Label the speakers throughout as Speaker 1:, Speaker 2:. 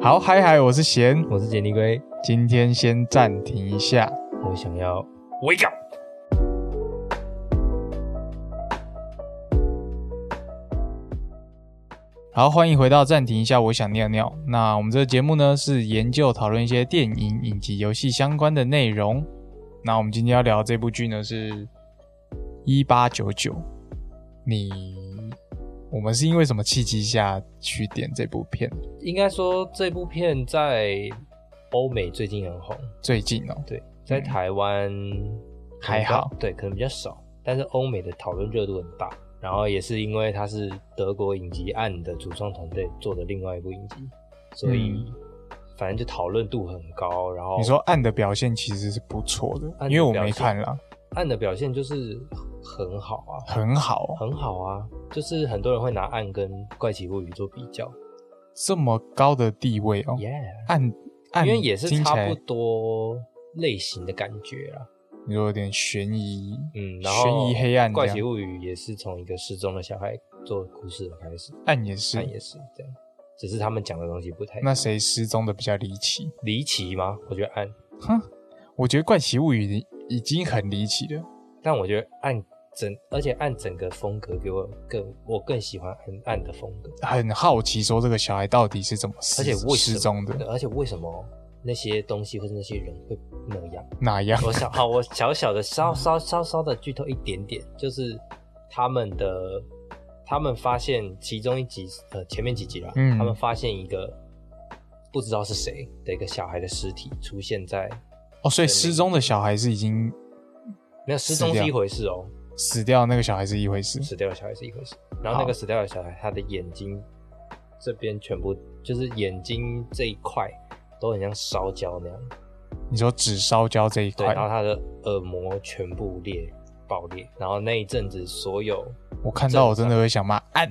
Speaker 1: 好，嗨嗨，我是贤，
Speaker 2: 我是杰尼龟，
Speaker 1: 今天先暂停一下。
Speaker 2: 我想要 wake up。
Speaker 1: 好，欢迎回到暂停一下，我想尿尿。那我们这个节目呢，是研究讨论一些电影、影集、游戏相关的内容。那我们今天要聊这部剧呢，是一八九九。你，我们是因为什么契机下去点这部片？
Speaker 2: 应该说这部片在欧美最近很红，
Speaker 1: 最近哦，
Speaker 2: 对，在台湾可
Speaker 1: 还
Speaker 2: 能比较
Speaker 1: 好，
Speaker 2: 对，可能比较少，但是欧美的讨论热度很大。然后也是因为它是德国影集案的主创团队做的另外一部影集，所以反正就讨论度很高。然后
Speaker 1: 嗯你说暗的表现其实是不错的，
Speaker 2: 暗的
Speaker 1: 因为我没
Speaker 2: 表现
Speaker 1: 看啦，
Speaker 2: 案的表现就是很好啊，
Speaker 1: 很好，哦
Speaker 2: 很好啊，就是很多人会拿案跟《怪奇物语》做比较
Speaker 1: 哦这么高的地位哦，
Speaker 2: ，Yeah，
Speaker 1: 暗暗
Speaker 2: 因为也是
Speaker 1: 听起
Speaker 2: 差
Speaker 1: 来
Speaker 2: 不多类型的感觉啦。
Speaker 1: 你说有点悬疑，
Speaker 2: 嗯，然后
Speaker 1: 悬疑黑暗这
Speaker 2: 怪
Speaker 1: 样
Speaker 2: 奇物语》也是从一个失踪的小孩做故事的开始，
Speaker 1: 暗也是
Speaker 2: 但。也是这样，只是他们讲的东西不太
Speaker 1: 那谁失踪的比较离奇？
Speaker 2: 离奇吗？我觉得暗，
Speaker 1: 哼，我觉得《怪奇物语》已已经很离奇了。
Speaker 2: 但我觉得暗整，而且暗整个风格给我更，我更喜欢很暗的风格，
Speaker 1: 很好奇，说这个小孩到底是怎么失
Speaker 2: 而且为什
Speaker 1: 失
Speaker 2: 么
Speaker 1: 踪的？
Speaker 2: 而且为什么那些东西或者那些人会那样？
Speaker 1: 哪样？
Speaker 2: 我小好，我小小的稍稍稍稍的剧透一点点，就是他们的，他们发现其中一集，呃，前面几集啦，
Speaker 1: 嗯
Speaker 2: 他们发现一个不知道是谁的一个小孩的尸体出现在，
Speaker 1: 哦，所以失踪的小孩是已经
Speaker 2: 没有失踪
Speaker 1: 死掉
Speaker 2: 是一回事哦，
Speaker 1: 死掉，那个小孩是一回事。
Speaker 2: 死掉的小孩是一回事，然后那
Speaker 1: 好
Speaker 2: 个死掉的小孩，他的眼睛这边全部就是眼睛这一块都很像烧焦那样，
Speaker 1: 你说纸烧焦这一
Speaker 2: 对，
Speaker 1: 块
Speaker 2: 然，后他的耳膜全部裂爆裂，然后那一阵子所有。
Speaker 1: 我看到我真的会想骂暗。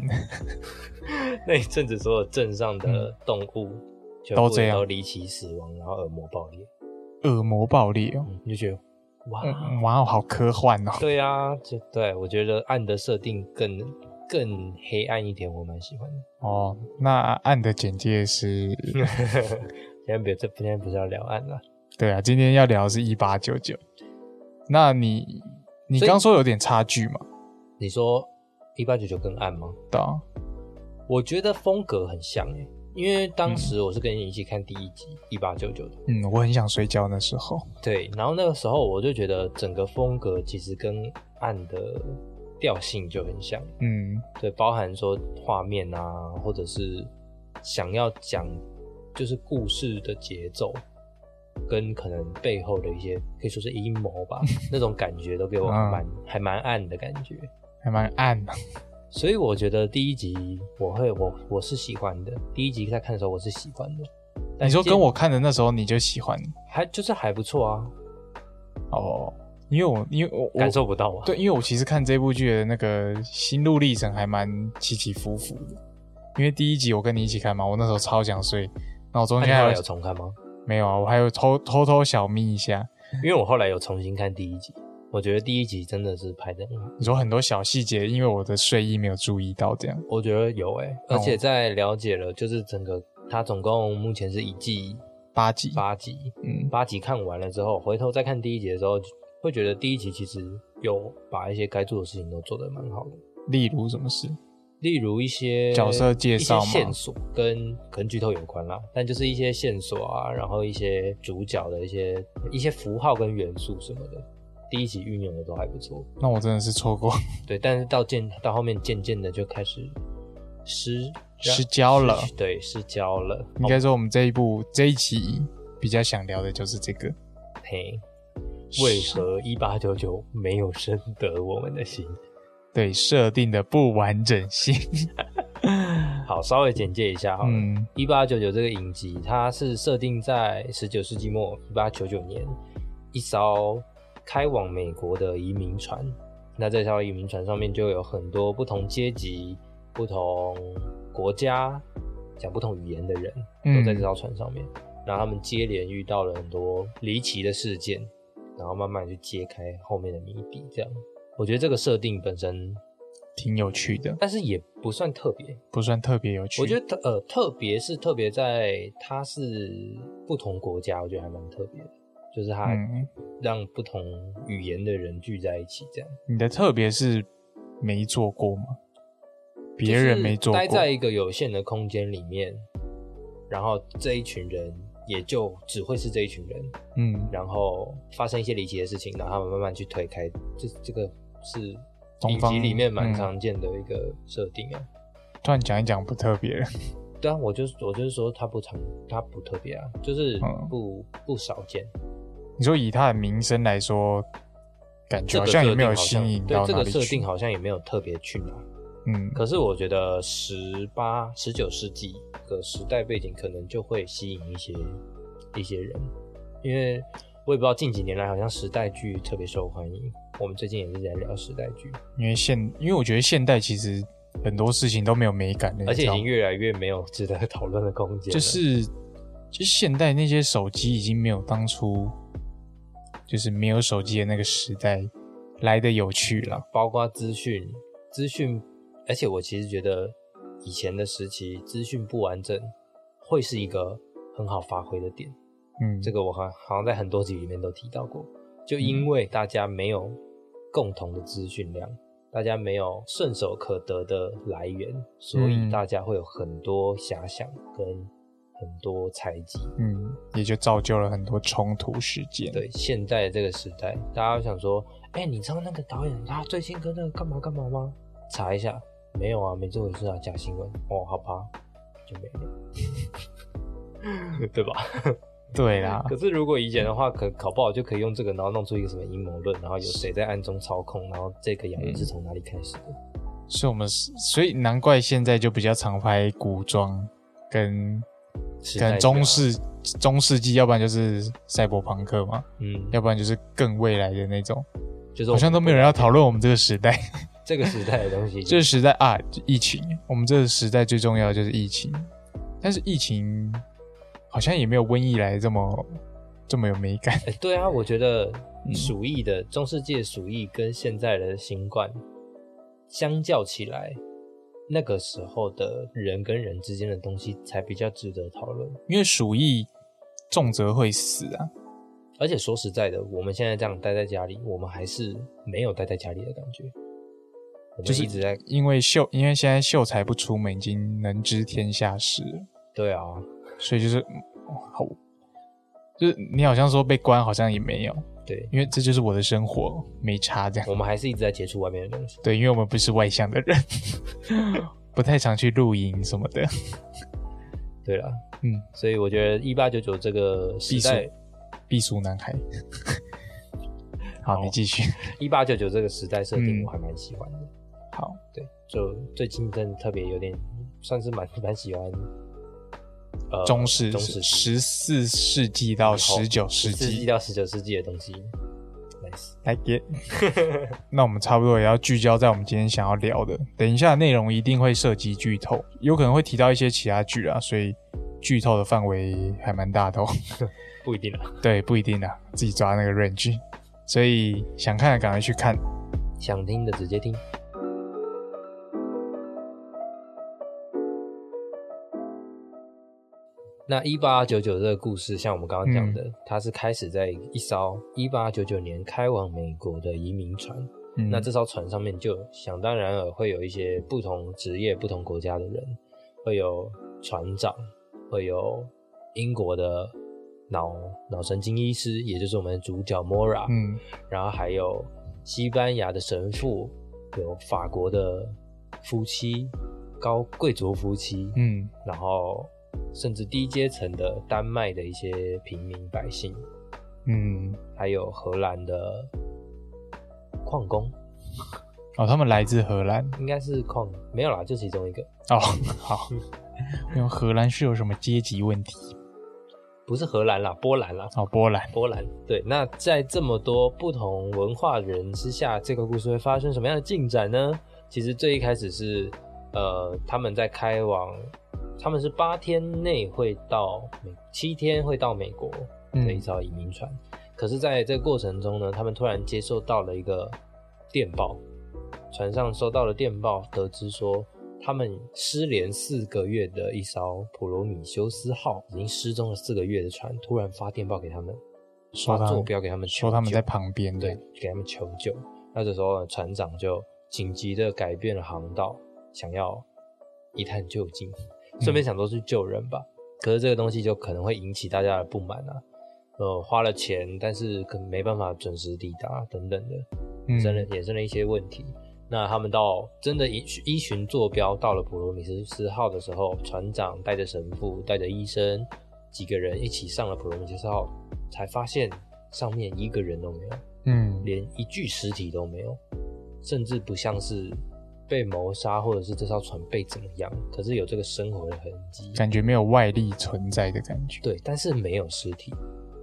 Speaker 2: 那一阵子，所有镇上的动物全
Speaker 1: 都
Speaker 2: 部
Speaker 1: 这样
Speaker 2: 嗯都离奇死亡，然后耳膜爆裂，
Speaker 1: 恶魔暴力哦，
Speaker 2: 嗯，你就觉得哇，
Speaker 1: 嗯嗯哇哦，好科幻哦。
Speaker 2: 对啊，就对我觉得暗的设定更更黑暗一点，我蛮喜欢的。
Speaker 1: 哦，那暗的简介是，
Speaker 2: 现在不这今天不是要聊暗了，
Speaker 1: 对啊，今天要聊的是一八九九。那你你
Speaker 2: 所以
Speaker 1: 刚说有点差距嘛？
Speaker 2: 你说一八九九更暗吗？
Speaker 1: 对啊，
Speaker 2: 我觉得风格很像诶、因为当时我是跟你一起看第一集一八九九的，
Speaker 1: 嗯，我很想睡觉那时候。
Speaker 2: 对，然后那个时候我就觉得整个风格其实跟暗的调性就很像。
Speaker 1: 嗯，
Speaker 2: 对，包含说画面啊，或者是想要讲就是故事的节奏，跟可能背后的一些可以说是阴 谋吧，那种感觉都给我
Speaker 1: 嗯
Speaker 2: 蛮、还蛮暗的感觉。
Speaker 1: 还蛮暗的。
Speaker 2: 所以我觉得第一集我会我我是喜欢的，第一集在看的时候我是喜欢的。但
Speaker 1: 你说
Speaker 2: 接
Speaker 1: 跟我看的那时候你就喜欢
Speaker 2: 还就是还不错啊，
Speaker 1: 哦，因为我因为我我
Speaker 2: 感受不到啊。
Speaker 1: 对，因为我其实看这部剧的那个心路历程还蛮起起伏伏的。因为第一集我跟你一起看嘛，我那时候超想睡，那我中
Speaker 2: 那你
Speaker 1: 间还
Speaker 2: 后来
Speaker 1: 有
Speaker 2: 有重看吗？
Speaker 1: 没有啊？我还有偷偷偷小眯一下。
Speaker 2: 因为我后来有重新看第一集，我觉得第一集真的是拍的很好。
Speaker 1: 你说很多小细节，因为我的睡衣没有注意到，这样
Speaker 2: 我觉得有诶、
Speaker 1: 哦
Speaker 2: 而且在了解了，就是整个它总共目前是一季
Speaker 1: 八集，
Speaker 2: 八集，
Speaker 1: 嗯，
Speaker 2: 八集看完了之后，回头再看第一集的时候，会觉得第一集其实有把一些该做的事情都做得蛮好的，
Speaker 1: 例如什么事？
Speaker 2: 例如一些
Speaker 1: 角色介绍吗
Speaker 2: 一些线索跟跟剧透有关啦，但就是一些线索啊，然后一些主角的一些一些符号跟元素什么的，第一集运用的都还不错。
Speaker 1: 那我真的是错 过，
Speaker 2: 对，但是到渐到后面渐渐的就开始失
Speaker 1: 失焦了
Speaker 2: 失对，失焦了。
Speaker 1: 应该说我们这一部这一集比较想聊的就是这个。
Speaker 2: 嘿，为何一八九九没有深得我们的心？
Speaker 1: 对设定的不完整性。
Speaker 2: 好，稍微简介一下好了。
Speaker 1: 嗯，
Speaker 2: 一八九九这个影集，它是设定在十九世纪末一八九九年，一艘开往美国的移民船。那这艘移民船上面就有很多不同阶级、不同国家、讲不同语言的人，
Speaker 1: 嗯
Speaker 2: 都在这艘船上面。然后他们接连遇到了很多离奇的事件，然后慢慢去揭开后面的谜底。这样，我觉得这个设定本身
Speaker 1: 挺有趣的，
Speaker 2: 但是也不算特别。
Speaker 1: 不算特别有趣。
Speaker 2: 我觉
Speaker 1: 得
Speaker 2: 得特呃，特别是特别在它是不同国家，我觉得还蛮特别的，就是它
Speaker 1: 嗯，
Speaker 2: 让不同语言的人聚在一起，这样。
Speaker 1: 你的特别是没做过吗？别
Speaker 2: 就是
Speaker 1: 人没做过，
Speaker 2: 待在一个有限的空间里面，然后这一群人也就只会是这一群人，
Speaker 1: 嗯，
Speaker 2: 然后发生一些离奇的事情，然后他们慢慢去推开，这这个是
Speaker 1: 东
Speaker 2: 影
Speaker 1: 方
Speaker 2: 集里面蛮
Speaker 1: 嗯
Speaker 2: 常见的一个设定啊。
Speaker 1: 突然讲一讲不特别了，
Speaker 2: 对啊，我就是我就是说它不常，它不特别啊，就是
Speaker 1: 嗯
Speaker 2: 不、不少见。
Speaker 1: 你说以他的名声来说，感觉
Speaker 2: 这个
Speaker 1: 好
Speaker 2: 设
Speaker 1: 像也
Speaker 2: 定
Speaker 1: 没有
Speaker 2: 好
Speaker 1: 吸
Speaker 2: 像
Speaker 1: 引
Speaker 2: 对
Speaker 1: 到
Speaker 2: 这
Speaker 1: 哪
Speaker 2: 个
Speaker 1: 里
Speaker 2: 设
Speaker 1: 去
Speaker 2: 定。好像也没有特别去哪。
Speaker 1: 嗯，
Speaker 2: 可是我觉得十八、十九世纪的时代背景可能就会吸引一些一些人，因为我也不知道近几年来好像时代剧特别受欢迎。我们最近也是在聊时代剧，
Speaker 1: 因为现，因为我觉得现代其实很多事情都没有美感的，
Speaker 2: 而且
Speaker 1: 你知
Speaker 2: 已
Speaker 1: 道
Speaker 2: 经
Speaker 1: 吗
Speaker 2: 越来越没有值得讨论的空间了。
Speaker 1: 就是就是现代那些手机已经没有当初就是没有手机的那个时代来的有趣了。
Speaker 2: 包括资讯，资讯，而且我其实觉得以前的时期资讯不完整会是一个很好发挥的点。
Speaker 1: 嗯，
Speaker 2: 这
Speaker 1: 个
Speaker 2: 个我好好像在很多集里面都提到过，就因为大家没有共同的资讯量，大家没有顺手可得的来源，所以
Speaker 1: 嗯
Speaker 2: 大家会有很多遐想跟很多猜忌。
Speaker 1: 嗯，也就造就了很多冲突事件。，
Speaker 2: 对，现在这个时代，大家会想说，哎、你知道那个导演他最新跟那个干嘛干嘛吗？查一下，没有啊，没这回事啊，假新闻哦，好吧，就没了， 对吧？
Speaker 1: 对啦，
Speaker 2: 可是如果以前的话，可搞不好就可以用这个，然后弄出一个什么阴谋论，然后有谁在暗中操控，然后这个谣言是从哪里开始的？
Speaker 1: 所以我们是所以难怪现在就比较常拍古装跟
Speaker 2: 时
Speaker 1: 可
Speaker 2: 代
Speaker 1: 能
Speaker 2: 的
Speaker 1: 中，世中世纪，要不然就是赛博朋克嘛，
Speaker 2: 嗯，
Speaker 1: 要不然就是更未来的那种，
Speaker 2: 就是
Speaker 1: 好像都没有人要讨论我们这个时代。
Speaker 2: 这个时代的 东西，
Speaker 1: 这个时代啊，疫情，我们这个时代最重要的就是疫情，但是疫情好像也没有瘟疫来这么这么有美感。
Speaker 2: 哎对啊，我觉得
Speaker 1: 嗯
Speaker 2: 鼠疫的、中世纪的鼠疫跟现在的新冠相较起来，那个时候的人跟人之间的东西才比较值得讨论。
Speaker 1: 因为鼠疫重则会死啊，
Speaker 2: 而且说实在的，我们现在这样待在家里，我们还是没有待在家里的感觉，我们
Speaker 1: 就是
Speaker 2: 一直在
Speaker 1: 因为秀，因为现在秀才不出门，已经能知天下事了，
Speaker 2: 对啊，
Speaker 1: 所以就是嗯好，就是你好像说被关，好像也没有，
Speaker 2: 对，
Speaker 1: 因为这就是我的生活，没差这样。
Speaker 2: 我们还是一直在接触外面的东西。
Speaker 1: 对，因为我们不是外向的人， 不太常去露营什么的。
Speaker 2: 对了，
Speaker 1: 嗯，
Speaker 2: 所以我觉得一八九九这个时代，
Speaker 1: 避暑男 孩。好，你继续。
Speaker 2: 一八九九这个时代设定
Speaker 1: 嗯
Speaker 2: 我还蛮喜欢的。
Speaker 1: 好，
Speaker 2: 对，就最近真的特别有点，算是蛮 蛮喜欢。呃，
Speaker 1: 中世
Speaker 2: 中世纪
Speaker 1: 十四世纪到十九世
Speaker 2: 14世纪
Speaker 1: 纪，
Speaker 2: 到十九世纪的东西，nice。
Speaker 1: 来 给。那我们差不多也要聚焦在我们今天想要聊的。等一下的内容一定会涉及剧透，有可能会提到一些其他剧啊，所以剧透的范围还蛮大 的哦。
Speaker 2: 不一定啊，
Speaker 1: 对，不一定啊，自己抓那个 range。所以想看的赶快去看。
Speaker 2: 想听的直接听。那一八九九这个故事，像我们刚刚讲的，
Speaker 1: 嗯
Speaker 2: 它是开始在一艘一八九九年开往美国的移民船，
Speaker 1: 嗯，
Speaker 2: 那这艘船上面就想当然尔会有一些不同职业、不同国家的人，会有船长，会有英国的脑脑神经医师，也就是我们的主角 Mora，、
Speaker 1: 嗯
Speaker 2: 然后还有西班牙的神父，有法国的夫妻，高贵族夫妻，
Speaker 1: 嗯
Speaker 2: 然后甚至低阶层的丹麦的一些平民百姓，
Speaker 1: 嗯，
Speaker 2: 还有荷兰的矿工。
Speaker 1: 哦，他们来自荷兰。
Speaker 2: 应该是矿，没有啦，就其中一个，
Speaker 1: 哦，好，因为荷兰是有什么阶级问题？
Speaker 2: 不是荷兰啦，波兰啦，
Speaker 1: 哦，波兰，
Speaker 2: 波兰。对，那在这么多不同文化人之下，这个故事会发生什么样的进展呢？其实最一开始是，呃，他们在开往，他们是八天内会到美，七天会到美国的
Speaker 1: 嗯
Speaker 2: 一艘移民船。可是，在这个过程中呢，他们突然接受到了一个电报，船上收到了电报，得知说他们失联四个月的一艘普罗米修斯号已经失踪了四个月的船，突然发电报给他们，
Speaker 1: 说
Speaker 2: 发
Speaker 1: 他
Speaker 2: 坐标给他们求
Speaker 1: 说他们
Speaker 2: 救
Speaker 1: 在旁边
Speaker 2: 对
Speaker 1: 的，，
Speaker 2: 给他们求救。那这时候呢船长就紧急的改变了航道，想要一探究竟，顺便想说去救人吧。可是这个东西就可能会引起大家的不满啊，呃，花了钱，但是可能没办法准时抵达等等的，
Speaker 1: 嗯
Speaker 2: 衍生了衍生了一些问题。那他们到真的依依循坐标到了普罗米修斯号的时候，船长带着神父、带着医生几个人一起上了普罗米修斯号，才发现上面一个人都没有。
Speaker 1: 嗯，
Speaker 2: 连一具尸体都没有，甚至不像是被谋杀或者是这艘船被怎么样，可是有这个生活的痕迹。
Speaker 1: 感觉没有外力存在的感觉。
Speaker 2: 对，但是没有尸体，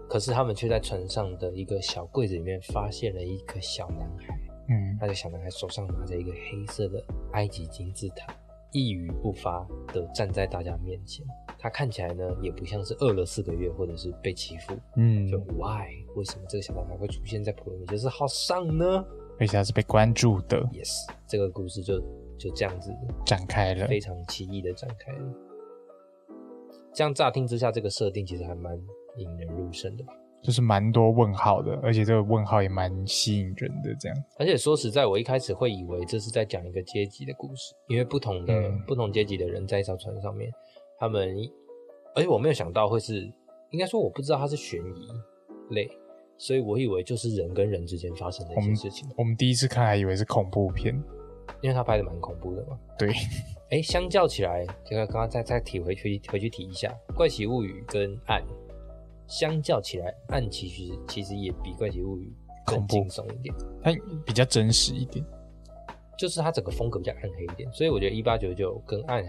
Speaker 2: 可是他们却在船上的一个小柜子里面发现了一个小男孩，
Speaker 1: 嗯，
Speaker 2: 那个小男孩手上拿着一个黑色的埃及金字塔，一语不发的站在大家面前。他看起来呢，也不像是饿了四个月或者是被欺负。
Speaker 1: 嗯
Speaker 2: 就，why 为什么这个小男孩会出现在普罗米修斯号上呢？
Speaker 1: 而且他是被关注的，
Speaker 2: Yes，这个故事就就这样子
Speaker 1: 展开了。
Speaker 2: 非常奇异的展开了。这样乍听之下，这个设定其实还蛮引人入胜的吧。
Speaker 1: 就是蛮多问号的，而且这个问号也蛮吸引人的。这样，
Speaker 2: 而且说实在，我一开始会以为这是在讲一个阶级的故事，因为不同的、
Speaker 1: 嗯
Speaker 2: 不同阶级的人在一艘船上面，他们，而且我没有想到会是，应该说我不知道它是悬疑类，所以我以为就是人跟人之间发生的一些
Speaker 1: 嗯
Speaker 2: 事情，
Speaker 1: 我们第一次看还以为是恐怖片，
Speaker 2: 因为它拍的蛮恐怖的嘛。
Speaker 1: 对，
Speaker 2: 哎，相较起来，这个刚刚再再提回去回去提一下，《怪奇物语》跟《暗》，相较起来，《暗》其实其实也比《怪奇物语》
Speaker 1: 恐
Speaker 2: 更
Speaker 1: 怖
Speaker 2: 轻松一点，
Speaker 1: 它比较真实一点。
Speaker 2: 就是它整个风格比较暗黑一点，所以我觉得一八九九跟《暗》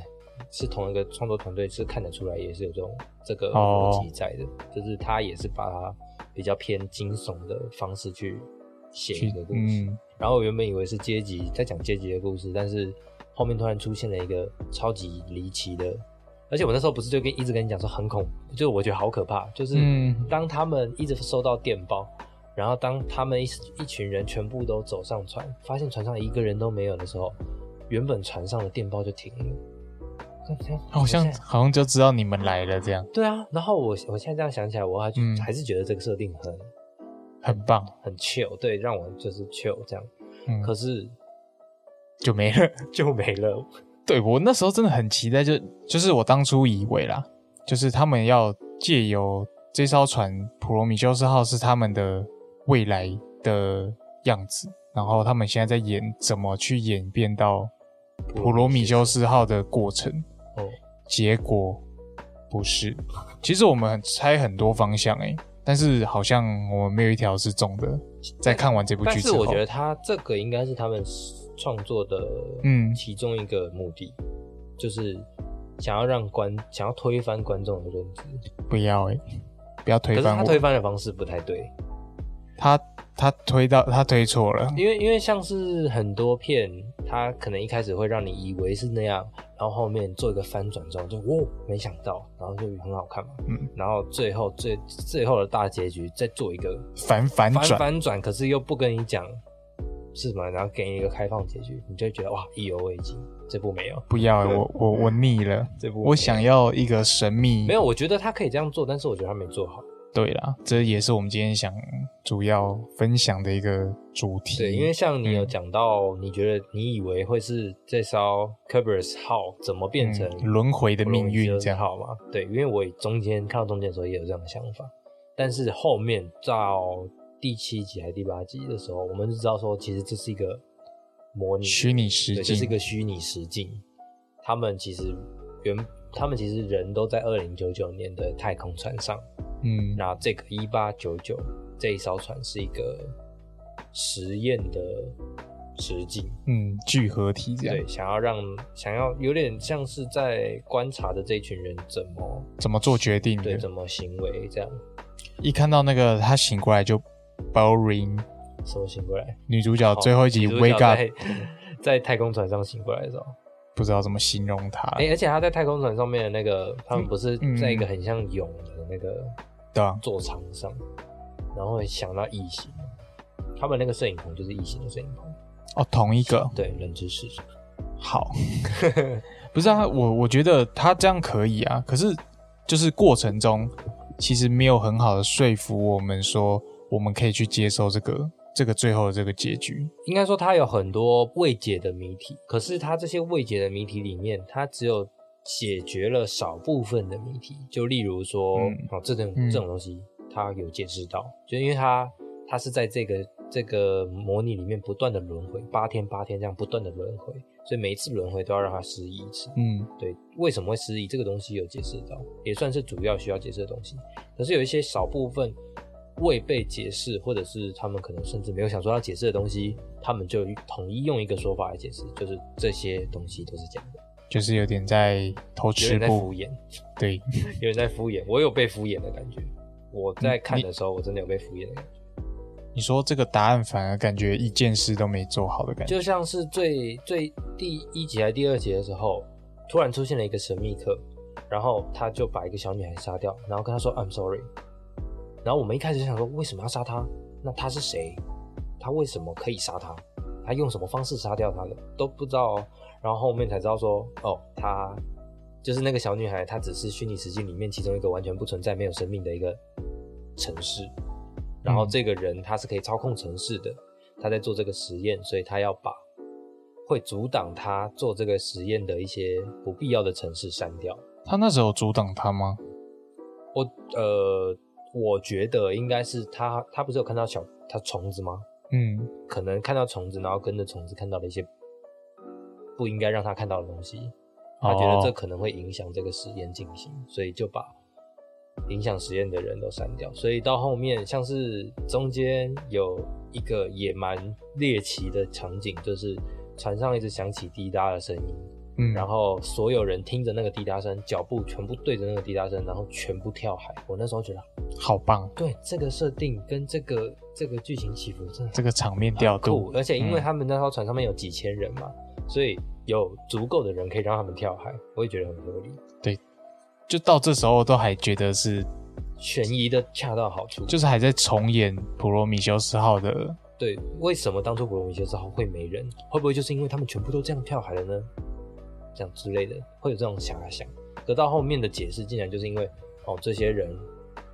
Speaker 2: 是同一个创作团队，是看得出来也是有这种这个
Speaker 1: 哦
Speaker 2: 逻辑在的，就是他也是把它比较偏惊悚的方式去写一个故事。
Speaker 1: 嗯，
Speaker 2: 然后我原本以为是阶级在讲阶级的故事，但是后面突然出现了一个超级离奇的，而且我那时候不是就跟一直跟你讲说很恐，就是我觉得好可怕，就是
Speaker 1: 嗯
Speaker 2: 当他们一直收到电报，然后当他们一一群人全部都走上船，发现船上一个人都没有的时候，原本船上的电报就停了。看这样
Speaker 1: 好像
Speaker 2: 我现在
Speaker 1: 好像就知道你们来了，这样
Speaker 2: 对啊，然后我我现在这样想起来，我还、
Speaker 1: 嗯
Speaker 2: 还是觉得这个设定很
Speaker 1: 很棒。
Speaker 2: 很 chill，对，让我就是 chill 这样。
Speaker 1: 嗯，
Speaker 2: 可是
Speaker 1: 就没了。
Speaker 2: 就没了，
Speaker 1: 对我那时候真的很期待，就就是我当初以为啦，就是他们要借由这艘船普罗米修斯号是他们的未来的样子，然后他们现在在演怎么去演变到普罗米修斯号的过程，
Speaker 2: 哦，
Speaker 1: 结果不是。其实我们很猜很多方向诶、但是好像我们没有一条是中的。在看完这部
Speaker 2: 但
Speaker 1: 剧之
Speaker 2: 是
Speaker 1: 后，
Speaker 2: 我觉得他这个应该是他们创作的
Speaker 1: 嗯
Speaker 2: 其中一个目的，就是想要让观想要推翻观众的认知，
Speaker 1: 不要诶、不要推
Speaker 2: 可是
Speaker 1: 翻
Speaker 2: 他
Speaker 1: 我，
Speaker 2: 推翻的方式不太对，
Speaker 1: 他他推到他推错了。
Speaker 2: 因为因为像是很多片，他可能一开始会让你以为是那样，然后后面做一个翻转之后就哇没想到，然后就很好看嘛，
Speaker 1: 嗯，
Speaker 2: 然后最后最最后的大结局再做一个
Speaker 1: 反反
Speaker 2: 翻
Speaker 1: 转，
Speaker 2: 翻转，可是又不跟你讲是什么，然后给你一个开放结局，你就会觉得哇意犹未尽。这部没有，
Speaker 1: 不要、欸、我我我腻了，
Speaker 2: 这部
Speaker 1: 我想要一个神秘。
Speaker 2: 没有，我觉得他可以这样做，但是我觉得他没做好。
Speaker 1: 对啦，这也是我们今天想主要分享的一个主题。嗯
Speaker 2: 对，因为像你有讲到，你觉得你以为会是这艘 Kerberos 号怎么变成
Speaker 1: 嗯轮回的命运这样
Speaker 2: 好嘛？对，因为我中间看到中间的时候也有这样的想法，但是后面到第七集还是第八集的时候，我们就知道说，其实这是一个模拟
Speaker 1: 虚拟实
Speaker 2: 对，这
Speaker 1: 境
Speaker 2: 是一个虚拟实境。他们其实原他们其实人都在二零九九年的太空船上，
Speaker 1: 嗯
Speaker 2: 那这个一八九九这一艘船是一个实验的实境，
Speaker 1: 嗯聚合体这样
Speaker 2: 对，想要让想要有点像是在观察的这一群人怎么
Speaker 1: 怎么做决定
Speaker 2: 对
Speaker 1: 的？
Speaker 2: 怎么行为这样，
Speaker 1: 一看到那个他醒过来就 boring，
Speaker 2: 什么醒过来？
Speaker 1: 女主角最后一集
Speaker 2: 女主角
Speaker 1: wake up
Speaker 2: 在在太空船上醒过来的时候，
Speaker 1: 不知道怎么形容他，
Speaker 2: 哎、而且他在太空船上面的那个，他们不是
Speaker 1: 啊嗯
Speaker 2: 在一个很像蛹的那个
Speaker 1: 对啊
Speaker 2: 座舱上，然后想到异形，他们那个摄影棚就是异形的摄影棚，
Speaker 1: 哦，同一个
Speaker 2: 对，冷知识。
Speaker 1: 好，不是啊，我我觉得他这样可以啊，可是就是过程中其实没有很好的说服我们说我们可以去接受这个这个最后的这个结局，
Speaker 2: 应该说它有很多未解的谜题，可是它这些未解的谜题里面，它只有解决了少部分的谜题，就例如说，
Speaker 1: 嗯
Speaker 2: 哦，这种
Speaker 1: 嗯
Speaker 2: 这种东西它有解释到，就因为它它是在这个这个模拟里面不断的轮回，八天八天这样不断的轮回，所以每一次轮回都要让它失忆一次。
Speaker 1: 嗯
Speaker 2: 对，为什么会失忆这个东西有解释到，也算是主要需要解释的东西。可是有一些少部分未被解释，或者是他们可能甚至没有想说要解释的东西，他们就统一用一个说法来解释，就是这些东西都是假的，
Speaker 1: 就是有点在偷
Speaker 2: 有
Speaker 1: 吃
Speaker 2: 人在
Speaker 1: 步
Speaker 2: 敷，衍，
Speaker 1: 对，
Speaker 2: 有人在敷衍，我有被敷衍的感觉。我在看的时候，我真的有被敷衍的感觉，
Speaker 1: 你说这个答案反而感觉一件事都没做好的感觉，
Speaker 2: 就像是最最第一集还是第二集的时候，突然出现了一个神秘客，然后他就把一个小女孩杀掉，然后跟她说 I'm sorry。然后我们一开始就想说，为什么要杀她？那她是谁？她为什么可以杀她？她用什么方式杀掉她的？都不知道哦。然后后面才知道说，哦，她就是那个小女孩，她只是虚拟实境里面其中一个完全不存在、没有生命的一个城市。然后这个人他是可以操控城市的，他在做这个实验，所以他要把会阻挡他做这个实验的一些不必要的城市删掉。
Speaker 1: 他那时候有阻挡他吗？
Speaker 2: 我呃，我觉得应该是他，他不是有看到小他虫子吗？
Speaker 1: 嗯，
Speaker 2: 可能看到虫子，然后跟着虫子看到了一些不应该让他看到的东西。他觉得这
Speaker 1: 哦
Speaker 2: 可能会影响这个实验进行，所以就把影响实验的人都删掉。所以到后面，像是中间有一个也蛮猎奇的场景，就是船上一直响起滴答的声音，
Speaker 1: 嗯，
Speaker 2: 然后所有人听着那个滴答声，脚步全部对着那个滴答声，然后全部跳海。我那时候觉得，
Speaker 1: 好棒，
Speaker 2: 对这个设定跟这个这个剧情起伏真的
Speaker 1: 这个场面
Speaker 2: 很
Speaker 1: 调
Speaker 2: 酷
Speaker 1: 度，，
Speaker 2: 而且因
Speaker 1: 嗯
Speaker 2: 为他们那艘船上面有几千人嘛，所以有足够的人可以让他们跳海，我也觉得很合理。
Speaker 1: 就到这时候都还觉得是，
Speaker 2: 悬疑的恰到好处。
Speaker 1: 就是还在重演普罗米修斯号的，
Speaker 2: 对，为什么当初普罗米修斯号会没人？会不会就是因为他们全部都这样跳海了呢？这样之类的，会有这种遐想。得到后面的解释，竟然就是因为哦，这些人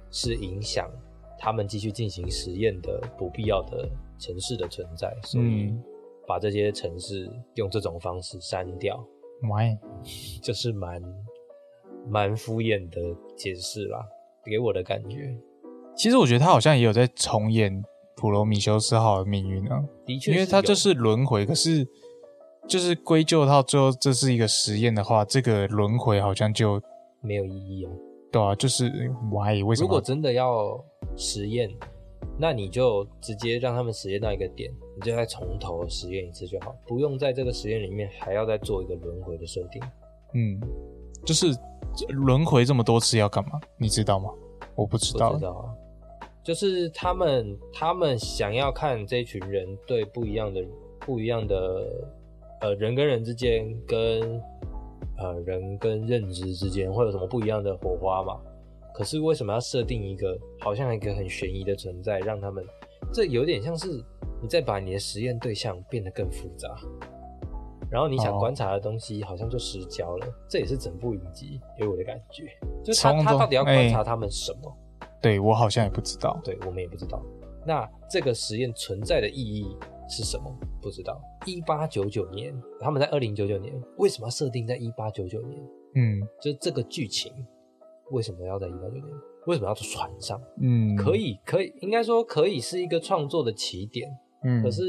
Speaker 2: 是影响他们继续进行实验的不必要的城市的存在，所以
Speaker 1: 嗯
Speaker 2: 把这些城市用这种方式删掉，
Speaker 1: 喂，
Speaker 2: 就是蛮蛮敷衍的解释啦，给我的感觉。
Speaker 1: 其实我觉得他好像也有在重演普罗米修斯号的命运啊，
Speaker 2: 的确，
Speaker 1: 因为他
Speaker 2: 是有
Speaker 1: 就是轮回，可是就是归咎到最后这是一个实验的话，这个轮回好像就
Speaker 2: 没有意义哦、
Speaker 1: 对啊，就是喂，为什
Speaker 2: 如果
Speaker 1: 么？
Speaker 2: 真的要实验，那你就直接让他们实验到一个点，你就再从头实验一次就好，不用在这个实验里面还要再做一个轮回的设定。
Speaker 1: 嗯，就是轮回这么多次要干嘛？你知道吗？我不知
Speaker 2: 不
Speaker 1: 道
Speaker 2: 知，道啊，就是他们他们想要看这群人对不一样的不一样的呃人跟人之间跟呃人跟认知之间会有什么不一样的火花嘛？可是为什么要设定一个好像一个很悬疑的存在，让他们这有点像是你在把你的实验对象变得更复杂，然后你想
Speaker 1: 哦
Speaker 2: 观察的东西好像就失焦了，这也是整部影集给我的感觉，就是
Speaker 1: 从
Speaker 2: 他他
Speaker 1: 中
Speaker 2: 到底要观
Speaker 1: 哎
Speaker 2: 察他们什么？
Speaker 1: 对我好像也不知道。
Speaker 2: 对我们也不知道。那这个实验存在的意义是什么？不知道。一八九九年，他们在二零九九年，为什么要设定在一八九九年？
Speaker 1: 嗯
Speaker 2: 就是这个剧情为什么要在一八九九年？为什么要在船上？
Speaker 1: 嗯，
Speaker 2: 可，以，可以，应该说可以是一个创作的起点。
Speaker 1: 嗯，
Speaker 2: 可是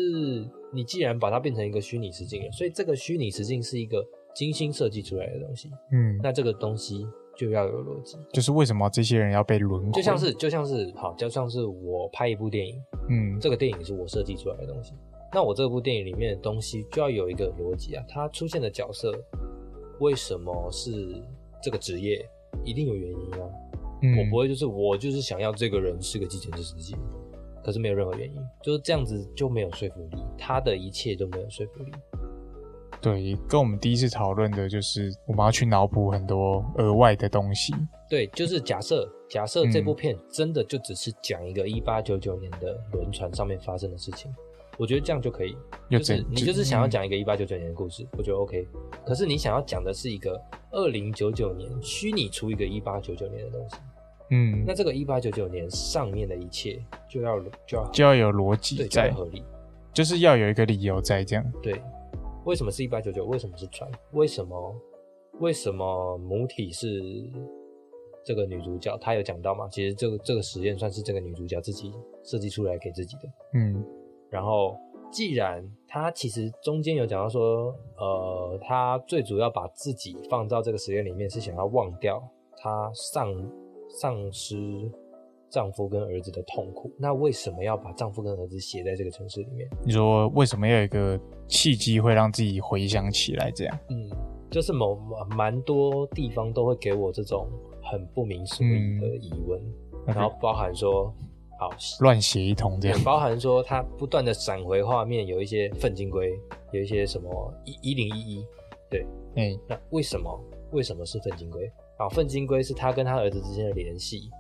Speaker 2: 你既然把它变成一个虚拟实境了，所以这个虚拟实境是一个精心设计出来的东西。
Speaker 1: 嗯，
Speaker 2: 那这个东西就要有逻辑，
Speaker 1: 就是为什么这些人要被轮回？
Speaker 2: 就像是就像是好，就像是我拍一部电影，
Speaker 1: 嗯
Speaker 2: 这个电影是我设计出来的东西。那我这部电影里面的东西就要有一个逻辑啊，它出现的角色为什么是这个职业，一定有原因啊。
Speaker 1: 嗯，
Speaker 2: 我不会就是我就是想要这个人是个计程车司机，可是没有任何原因，就是这样子就没有说服力，他的一切都没有说服力。
Speaker 1: 对，跟我们第一次讨论的就是我们要去脑补很多额外的东西。
Speaker 2: 对，就是假设假设这部
Speaker 1: 嗯
Speaker 2: 片真的就只是讲一个一八九九年的轮船上面发生的事情，我觉得这样嗯就可以。
Speaker 1: 又
Speaker 2: 就
Speaker 1: 怎
Speaker 2: 是你就是想要讲一个一八九九年的故事，我觉得 OK。可是你想要讲的是一个二零九九年虚拟出一个一八九九年的东西，
Speaker 1: 嗯，
Speaker 2: 那这个一八九九年上面的一切就要就要
Speaker 1: 就要有逻辑
Speaker 2: 对就要
Speaker 1: 在，
Speaker 2: 合理。
Speaker 1: 就是要有一个理由在这样。
Speaker 2: 对，为什么是一八九九？为什么是船？为什么为什么母体是这个女主角？她有讲到嘛？其实这个这个实验算是这个女主角自己设计出来给自己的。
Speaker 1: 嗯
Speaker 2: 然后，既然她其实中间有讲到说，呃，她最主要把自己放到这个实验里面，是想要忘掉她丧丧失丈夫跟儿子的痛苦。那为什么要把丈夫跟儿子写在这个城市里面？
Speaker 1: 你说为什么要有一个契机会让自己回想起来？这样，
Speaker 2: 嗯，就是某蛮多地方都会给我这种很不明所以的疑问，然后包含说，好，
Speaker 1: 乱写一通这
Speaker 2: 也
Speaker 1: 样，
Speaker 2: 包含说他不断的闪回画面，有一些粪金龟，有一些什么一一零一一，
Speaker 1: 哎、
Speaker 2: 那为什么为什么是粪金龟？啊，粪金龟是他跟他儿子之间的联系，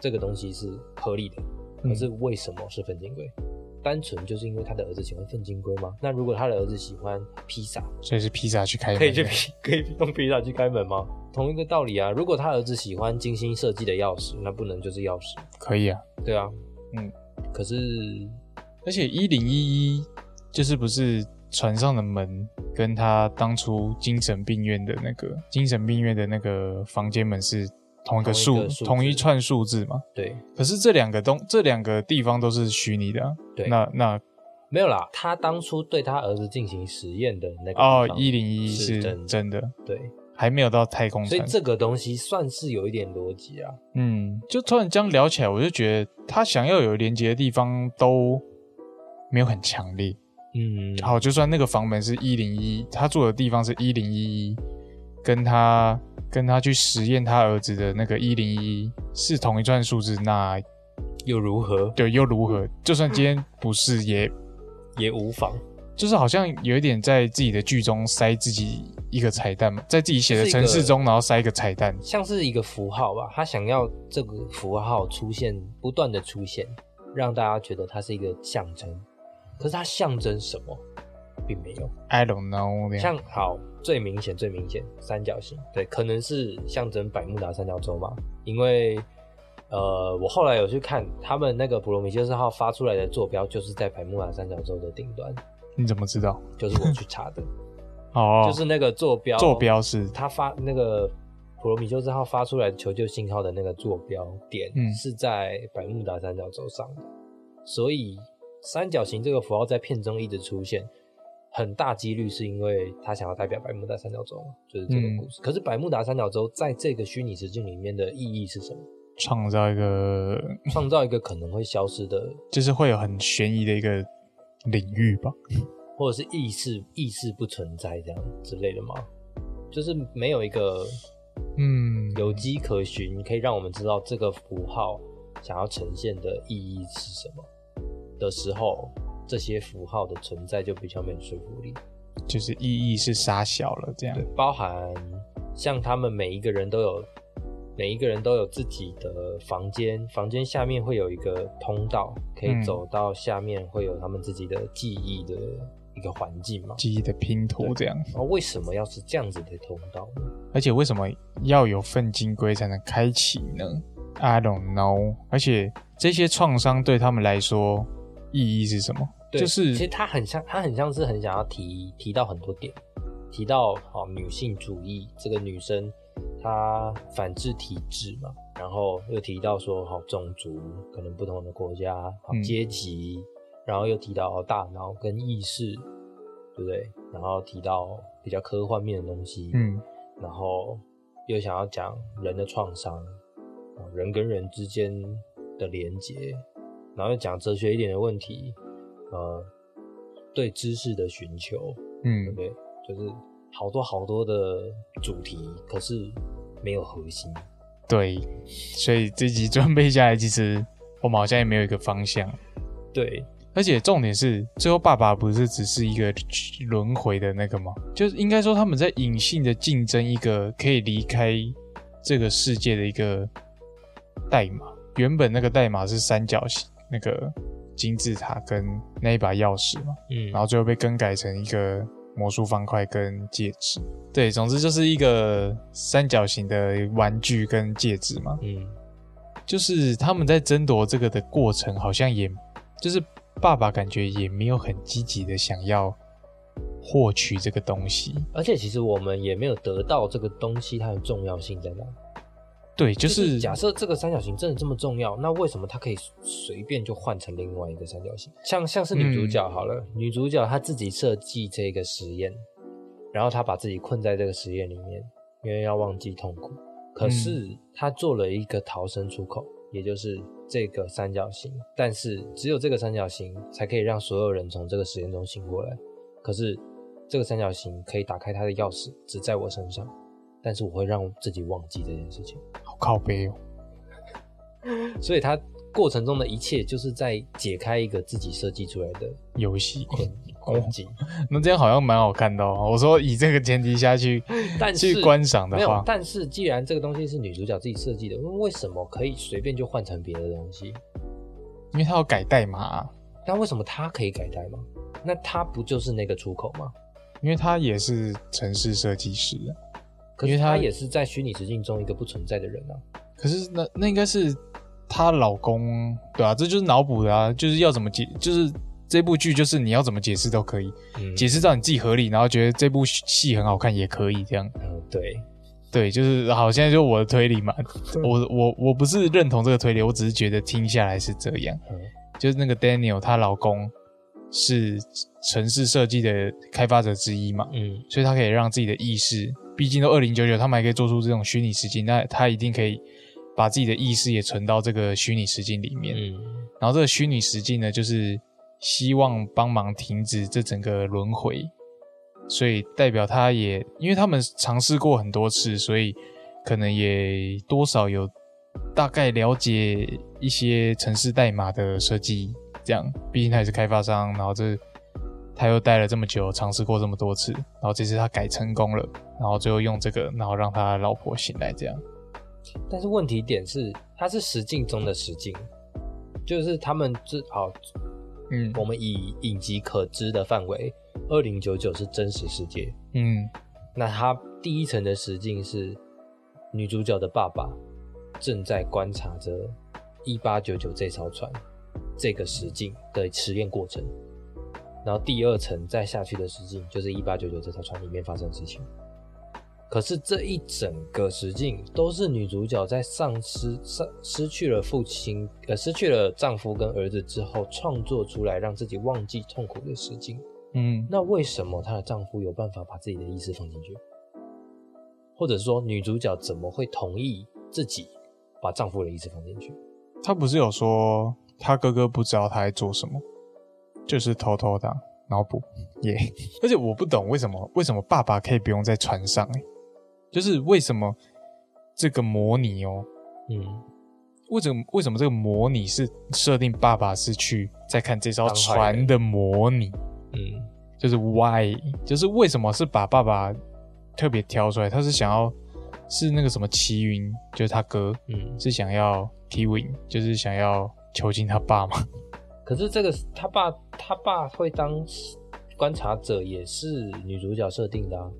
Speaker 2: 这个东西是合理的。可是为什么是粪金龟？单纯就是因为他的儿子喜欢粪金龟吗？那如果他的儿子喜欢披萨，
Speaker 1: 所以是披萨去开门
Speaker 2: 可以去
Speaker 1: 的
Speaker 2: 披 可以用披萨去开门吗？同一个道理啊，如果他儿子喜欢精心设计的钥匙，那不能就是钥匙，
Speaker 1: 可以啊。
Speaker 2: 对啊，
Speaker 1: 嗯。
Speaker 2: 可是，
Speaker 1: 而且一零一一就是不是船上的门跟他当初精神病院的那个精神病院的那个房间门是同一个
Speaker 2: 同一
Speaker 1: 数
Speaker 2: 个数字
Speaker 1: 同一串数字嘛？
Speaker 2: 对，
Speaker 1: 可是这两个东这两个地方都是虚拟的、啊，
Speaker 2: 对
Speaker 1: 那那
Speaker 2: 没有啦，他当初对他儿子进行实验的那个
Speaker 1: 哦
Speaker 2: 地方
Speaker 1: 一零一一是
Speaker 2: 是真
Speaker 1: 真的，
Speaker 2: 对，
Speaker 1: 还没有到太空
Speaker 2: 所以
Speaker 1: 船。
Speaker 2: 这个东西算是有一点逻辑啊，
Speaker 1: 嗯，就突然这样聊起来，我就觉得他想要有连接的地方都没有很强烈。
Speaker 2: 嗯，
Speaker 1: 好，就算那个房门是一零一，他住的地方是一零一一，跟他跟他去实验他儿子的那个一零一是同一串数字，那
Speaker 2: 又如何
Speaker 1: 对又如何？就算今天不是也，
Speaker 2: 也无妨，
Speaker 1: 就是好像有一点在自己的剧中塞自己一个彩蛋嘛，在自己写的
Speaker 2: 是一个
Speaker 1: 城市中，然后塞一个彩蛋。
Speaker 2: 像是一个符号吧，他想要这个符号出现，不断的出现，让大家觉得它是一个象征，可是它象征什么，并没有。
Speaker 1: I don't know，这样
Speaker 2: 像好最明显最明显三角形，对，可能是象征百慕达三角洲嘛，因为呃，我后来有去看他们那个普罗米修斯号发出来的坐标，就是在百慕达三角洲的顶端，
Speaker 1: 你怎么知道？
Speaker 2: 就是我去查的，
Speaker 1: 哦，
Speaker 2: 就是那个坐标，
Speaker 1: 坐标是
Speaker 2: 它发那个普罗米修斯号发出来的求救信号的那个坐标点
Speaker 1: 嗯
Speaker 2: 是在百慕达三角洲上的，所以三角形这个符号在片中一直出现，很大几率是因为他想要代表百慕达三角洲嘛，就是这个故事。可是百慕达三角洲在这个虚拟实境里面的意义是什么？
Speaker 1: 创造一个，
Speaker 2: 创造一个可能会消失的，
Speaker 1: 就是会有很悬疑的一个领域吧。
Speaker 2: 或者是意识意识不存在这样之类的吗？就是没有一个
Speaker 1: 嗯，
Speaker 2: 有迹可循，可以让我们知道这个符号想要呈现的意义是什么的时候，这些符号的存在就比较没有说服力。
Speaker 1: 就是意义是杀小了这样
Speaker 2: 对。，包含像他们每一个人都有，每一个人都有自己的房间，房间下面会有一个通道，可以
Speaker 1: 嗯
Speaker 2: 走到下面会有他们自己的记忆的一个环境嘛。
Speaker 1: 记忆的拼图这样。
Speaker 2: 然后为什么要是这样子的通道呢？
Speaker 1: 而且为什么要有粪金龟才能开启呢？I don't know。而且这些创伤对他们来说意义是什么？
Speaker 2: 对，
Speaker 1: 就是
Speaker 2: 其实他很像，他很像是很想要提提到很多点，提到哦女性主义，这个女生她反制体制嘛，然后又提到说好、哦、种族，可能不同的国家，好、
Speaker 1: 嗯
Speaker 2: 阶级，然后又提到、哦、大脑跟意识，对不对？然后提到比较科幻面的东西，，
Speaker 1: 嗯，
Speaker 2: 然后又想要讲人的创伤，啊人跟人之间的连结，然后又讲哲学一点的问题，呃，对知识的寻求，对
Speaker 1: 嗯
Speaker 2: 不，对？就是好多好多的主题，可是没有核心。
Speaker 1: 对。所以这集准备下来，其实我们好像也没有一个方向。
Speaker 2: 对，
Speaker 1: 而且重点是，最后爸爸不是只是一个轮回的那个吗？就是应该说他们在隐性的竞争一个可以离开这个世界的一个代码。原本那个代码是三角形，那个金字塔跟那一把钥匙嘛，
Speaker 2: 嗯，
Speaker 1: 然后最后被更改成一个魔术方块跟戒指。对，总之就是一个三角形的玩具跟戒指嘛。
Speaker 2: 嗯
Speaker 1: 就是他们在争夺这个的过程，好像也就是爸爸感觉也没有很积极的想要获取这个东西。
Speaker 2: 而且其实我们也没有得到这个东西它的重要性在哪。
Speaker 1: 对，就
Speaker 2: 就是假设这个三角形真的这么重要，那为什么它可以随便就换成另外一个三角形？像像是女主角好了，女主角她自己设计这个实验，然后她把自己困在这个实验里面，因为要忘记痛苦。可是她做了一个逃生出口，也就是这个三角形，但是只有这个三角形才可以让所有人从这个实验中醒过来。可是这个三角形可以打开它的钥匙，只在我身上，但是我会让自己忘记这件事情。
Speaker 1: 好靠背哦。
Speaker 2: 所以它过程中的一切就是在解开一个自己设计出来的
Speaker 1: 游戏，
Speaker 2: 困困境。
Speaker 1: 那这样好像蛮好看的哦。我说以这个前提下去
Speaker 2: 但 是
Speaker 1: 去观赏
Speaker 2: 没
Speaker 1: 的
Speaker 2: 有
Speaker 1: 话，，
Speaker 2: 但是既然这个东西是女主角自己设计的，为什么可以随便就换成别的东西？
Speaker 1: 因为它要改代码啊、
Speaker 2: 那为什么它可以改代码？那它不就是那个出口吗？
Speaker 1: 因为它也是城市设计师啊。
Speaker 2: 可
Speaker 1: 因
Speaker 2: 是
Speaker 1: 为它
Speaker 2: 它也是在虚拟实境中一个不存在的人啊。
Speaker 1: 可是那那应该是她老公对啊，这就是脑补的啊，就是要怎么解，就是这部剧就是你要怎么解释都可以，
Speaker 2: 嗯，
Speaker 1: 解释到你自己合理，然后觉得这部戏很好看也可以这样。
Speaker 2: 嗯，对，
Speaker 1: 对，就是好，现在就我的推理嘛，我我我不是认同这个推理，我只是觉得听下来是这样。
Speaker 2: 嗯
Speaker 1: 就是那个 Daniel 她老公是城市设计的开发者之一嘛，
Speaker 2: 嗯
Speaker 1: 所以他可以让自己的意识，毕竟都二零九九，他们还可以做出这种虚拟实境，那他一定可以把自己的意识也存到这个虚拟实境里面。
Speaker 2: 嗯
Speaker 1: 然后这个虚拟实境呢，就是希望帮忙停止这整个轮回，所以代表他也，因为他们尝试过很多次，所以可能也多少有大概了解一些城市代码的设计，这样，毕竟他也是开发商，然后这他又待了这么久，尝试过这么多次，然后这次他改成功了，然后最后用这个，然后让他老婆醒来，这样，
Speaker 2: 但是问题点是，它是实境中的实境，就是他们这好
Speaker 1: 嗯
Speaker 2: 我们以影集可知的范围，二零九九是真实世界。
Speaker 1: 嗯
Speaker 2: 那它第一层的实境是女主角的爸爸正在观察着一八九九这艘船这个实境的实验过程，然后第二层再下去的实境就是一八九九这艘船里面发生的事情。可是这一整个实境都是女主角在丧失丧失去了父亲呃失去了丈夫跟儿子之后创作出来让自己忘记痛苦的实境。
Speaker 1: 嗯，
Speaker 2: 那为什么她的丈夫有办法把自己的意识放进去？或者说，女主角怎么会同意自己把丈夫的意识放进去？
Speaker 1: 他不是有说他哥哥不知道他在做什么，就是偷偷的啊脑补耶。 而且我不懂为什么为什么爸爸可以不用在船上、欸，就是为什么这个模拟哦、
Speaker 2: 嗯，
Speaker 1: 为什么为什么这个模拟是设定爸爸是去在看这艘
Speaker 2: 当坏人
Speaker 1: 船的模拟？
Speaker 2: 嗯，
Speaker 1: 就是 why，就是为什么是把爸爸特别挑出来？他是想要是那个什么齐云，就是他哥，
Speaker 2: 嗯。
Speaker 1: 是想要 Twin，就是想要囚禁他爸嘛？
Speaker 2: 可是这个他爸，他爸会当观察者，也是女主角设定的啊。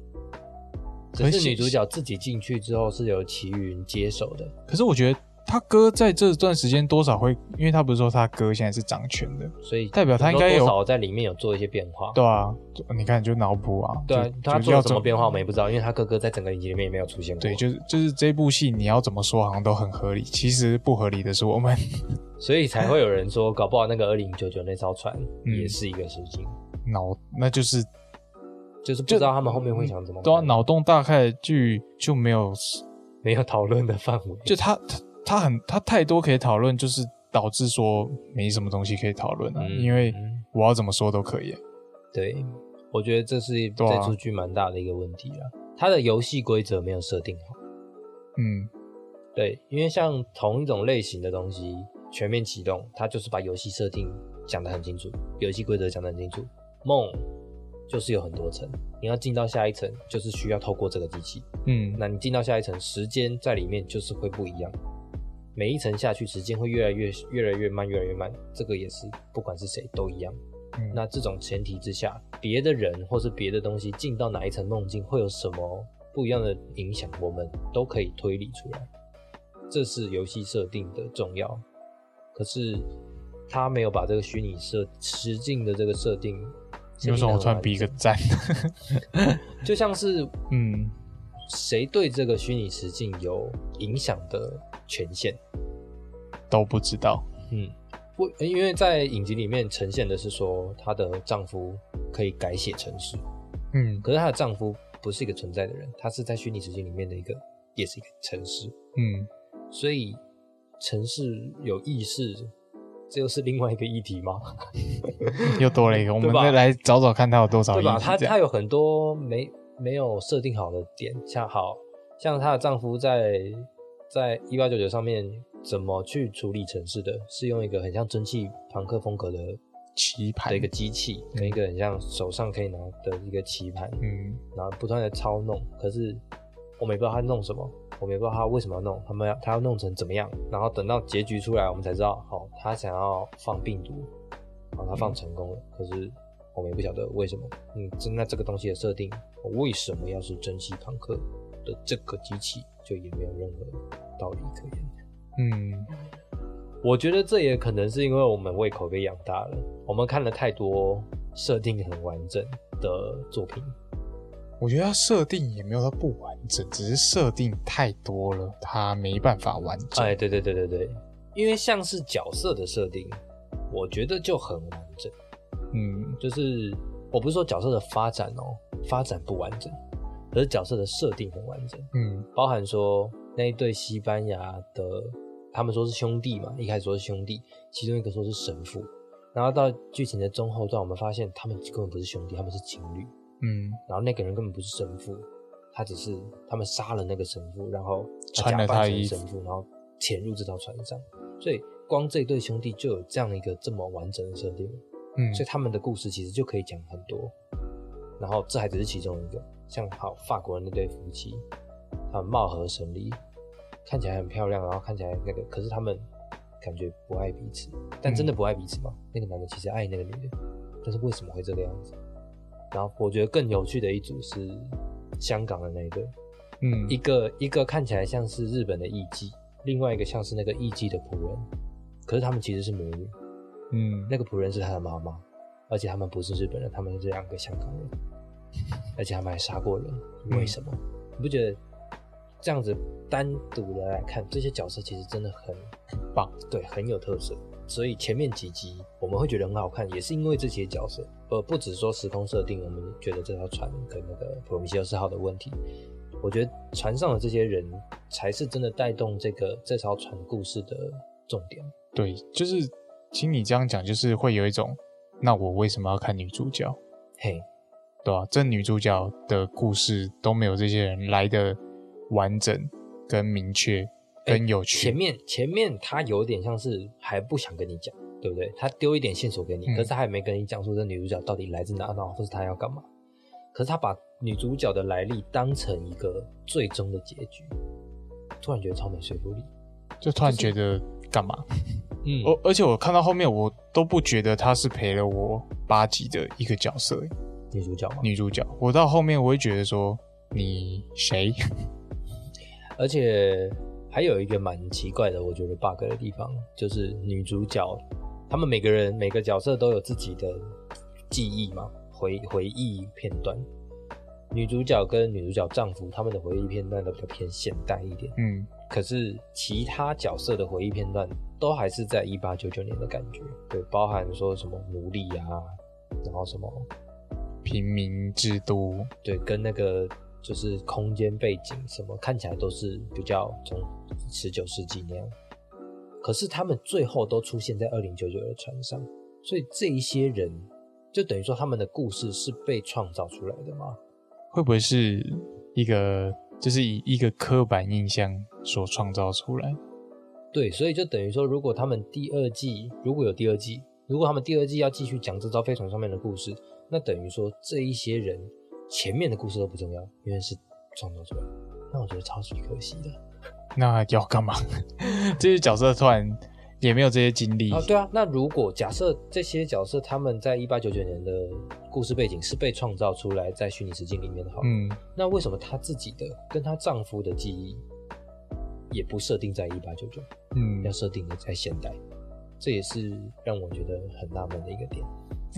Speaker 2: 只
Speaker 1: 可
Speaker 2: 是
Speaker 1: 是
Speaker 2: 女主角自己进去之后是由齐云接手的。
Speaker 1: 可是我觉得他哥在这段时间多少会，因为他不是说他哥现在是掌权的，
Speaker 2: 所以
Speaker 1: 代表他应该有
Speaker 2: 多少在里面有做一些变化。
Speaker 1: 对啊，就你看就脑补啊，
Speaker 2: 对啊
Speaker 1: 就，
Speaker 2: 他
Speaker 1: 就
Speaker 2: 做
Speaker 1: 要
Speaker 2: 了什么
Speaker 1: 怎
Speaker 2: 变化我们也不知道，因为他哥哥在整个影集里面也没有出现过。
Speaker 1: 对，就是就是这部戏你要怎么说好像都很合理，其实不合理的是我们，
Speaker 2: 所以才会有人说，搞不好那个二零九九那艘船
Speaker 1: 嗯
Speaker 2: 也是一个实境，
Speaker 1: 脑那就是
Speaker 2: 就是不知道他们后面会想怎么办。
Speaker 1: 对啊，脑洞大开的剧就没有，
Speaker 2: 没有讨论的范围。
Speaker 1: 就他他他很他太多可以讨论，就是导致说没什么东西可以讨论啊，
Speaker 2: 嗯
Speaker 1: 因为
Speaker 2: 嗯
Speaker 1: 我要怎么说都可以啊、
Speaker 2: 对，我觉得这是
Speaker 1: 对啊
Speaker 2: 这出剧蛮大的一个问题啦。它的游戏规则没有设定好。
Speaker 1: 嗯
Speaker 2: 对，因为像同一种类型的东西，全面启动，它就是把游戏设定讲得很清楚，游戏规则讲得很清楚。梦就是有很多层，你要进到下一层，就是需要透过这个机器。
Speaker 1: 嗯，
Speaker 2: 那你进到下一层，时间在里面就是会不一样。每一层下去时间会越来越越来越慢，越来越慢。这个也是不管是谁都一样。
Speaker 1: 嗯
Speaker 2: 那这种前提之下，别的人或是别的东西进到哪一层梦境会有什么不一样的影响，我们都可以推理出来。这是游戏设定的重要，可是他没有把这个虚拟设实境的这个设定。
Speaker 1: 有种我突然比一个赞，
Speaker 2: 就像是
Speaker 1: 嗯，
Speaker 2: 谁对这个虚拟实境有影响的权限？
Speaker 1: 都不知道。
Speaker 2: 嗯，我因为在影集里面呈现的是说，她的丈夫可以改写程式，
Speaker 1: 嗯
Speaker 2: 可是她的丈夫不是一个存在的人，他是在虚拟实境里面的一个，也是一个城市，
Speaker 1: 嗯，
Speaker 2: 所以城市有意识，这又是另外一个议题吗？
Speaker 1: 又多了一个，我们
Speaker 2: 对吧
Speaker 1: 再来找找看它有多少
Speaker 2: 对
Speaker 1: 亿
Speaker 2: 吧？
Speaker 1: 级
Speaker 2: 她
Speaker 1: 这
Speaker 2: 她
Speaker 1: 样。
Speaker 2: 有很多没没有设定好的点，像好像她的丈夫在在一八九九上面怎么去处理城市的，是用一个很像蒸汽朋克风格的
Speaker 1: 棋盘
Speaker 2: 的一个机器，跟一个很像手上可以拿的一个棋盘，
Speaker 1: 嗯
Speaker 2: 然后不断的操弄。可是我们也不知道他弄什么，我们也不知道他为什么要弄，他们要他要弄成怎么样。然后等到结局出来，我们才知道，哦，他想要放病毒，哦，他放成功了，可是我们也不晓得为什么。嗯，这那这个东西的设定，为什么要是蒸汽朋克的这个机器，就也没有任何道理可言。
Speaker 1: 嗯，
Speaker 2: 我觉得这也可能是因为我们胃口被养大了，我们看了太多设定很完整的作品。
Speaker 1: 我觉得它设定也没有它不完整，只是设定太多了，它没办法完整。
Speaker 2: 哎，对对对对对，因为像是角色的设定，我觉得就很完整。
Speaker 1: 嗯
Speaker 2: 就是我不是说角色的发展哦，发展不完整，而是角色的设定很完整，
Speaker 1: 嗯
Speaker 2: 包含说那一对西班牙的，他们说是兄弟嘛，一开始说是兄弟，其中一个说是神父，然后到剧情的中后段，我们发现他们根本不是兄弟，他们是情侣。
Speaker 1: 嗯，
Speaker 2: 然后那个人根本不是神父，他只是他们杀了那个神父，然后
Speaker 1: 穿了
Speaker 2: 假扮
Speaker 1: 他的
Speaker 2: 成
Speaker 1: 衣服
Speaker 2: 神父，然后潜入这条船上。所以光这对兄弟就有这样一个这么完整的设定，
Speaker 1: 嗯
Speaker 2: 所以他们的故事其实就可以讲很多。然后这还只是其中一个，像好法国的那对夫妻，他们貌合神离，看起来很漂亮，然后看起来那个，可是他们感觉不爱彼此，但真的不爱彼此吗？那个男的其实爱那个女的，但是为什么会这个样子？然后我觉得更有趣的一组是香港的那一对，
Speaker 1: 嗯
Speaker 2: 一个一个看起来像是日本的艺妓，另外一个像是那个艺妓的仆人，可是他们其实是母女，
Speaker 1: 嗯
Speaker 2: 那个仆人是他的妈妈，而且他们不是日本人，他们是两个香港人，而且他们还杀过人，
Speaker 1: 嗯
Speaker 2: 为什么？你不觉得这样子单独的来看，这些角色其实真的很
Speaker 1: 棒，
Speaker 2: 对，很有特色。所以前面几集我们会觉得很好看，也是因为这些角色，呃，不只说时空设定，我们觉得这条船跟那个普罗米修斯号的问题，我觉得船上的这些人才是真的带动这个这艘船故事的重点。
Speaker 1: 对，就是听你这样讲，就是会有一种，那我为什么要看女主角，
Speaker 2: 嘿，
Speaker 1: 对吧、这女主角的故事都没有这些人来的完整、跟明确、跟有趣。
Speaker 2: 哎前面前面他有点像是还不想跟你讲，对不对？他丢一点线索给你，
Speaker 1: 嗯
Speaker 2: 可是他还没跟你讲说这女主角到底来自哪，然后或是她要干嘛。可是他把女主角的来历当成一个最终的结局，突然觉得超没说服力。
Speaker 1: 就突然觉得干嘛？
Speaker 2: 嗯
Speaker 1: 而、而且我看到后面，我都不觉得她是陪了我八集的一个角色、欸
Speaker 2: 女主角嘛，
Speaker 1: 女主角。我到后面我会觉得说，你谁？
Speaker 2: 而且还有一个蛮奇怪的，我觉得 bug 的地方就是女主角，他们每个人每个角色都有自己的记忆嘛，回回忆片段。女主角跟女主角丈夫他们的回忆片段都比较偏现代一点，
Speaker 1: 嗯
Speaker 2: 可是其他角色的回忆片段都还是在一八九九年的感觉，对，包含说什么奴隶啊，然后什么
Speaker 1: 平民制度，
Speaker 2: 对，跟那个就是空间背景什么看起来都是比较从十九世纪那样，可是他们最后都出现在二零九九的船上，所以这一些人就等于说他们的故事是被创造出来的吗？
Speaker 1: 会不会是一个就是以一个刻板印象所创造出来？
Speaker 2: 对，所以就等于说，如果他们第二季如果有第二季，如果他们第二季要继续讲这艘飞船上面的故事，那等于说这一些人前面的故事都不重要，因为是创造出来的。那我觉得超级可惜的。
Speaker 1: 那要干嘛？ 这些角色突然也没有这些经历，
Speaker 2: 哦，对啊，那如果假设这些角色他们在一八九九年的故事背景是被创造出来在虚拟实境里面的话，
Speaker 1: 嗯，
Speaker 2: 那为什么她自己的跟她丈夫的记忆也不设定在一八九九，
Speaker 1: 嗯
Speaker 2: 要，设定的在现代？这也是让我觉得很纳闷的一个点。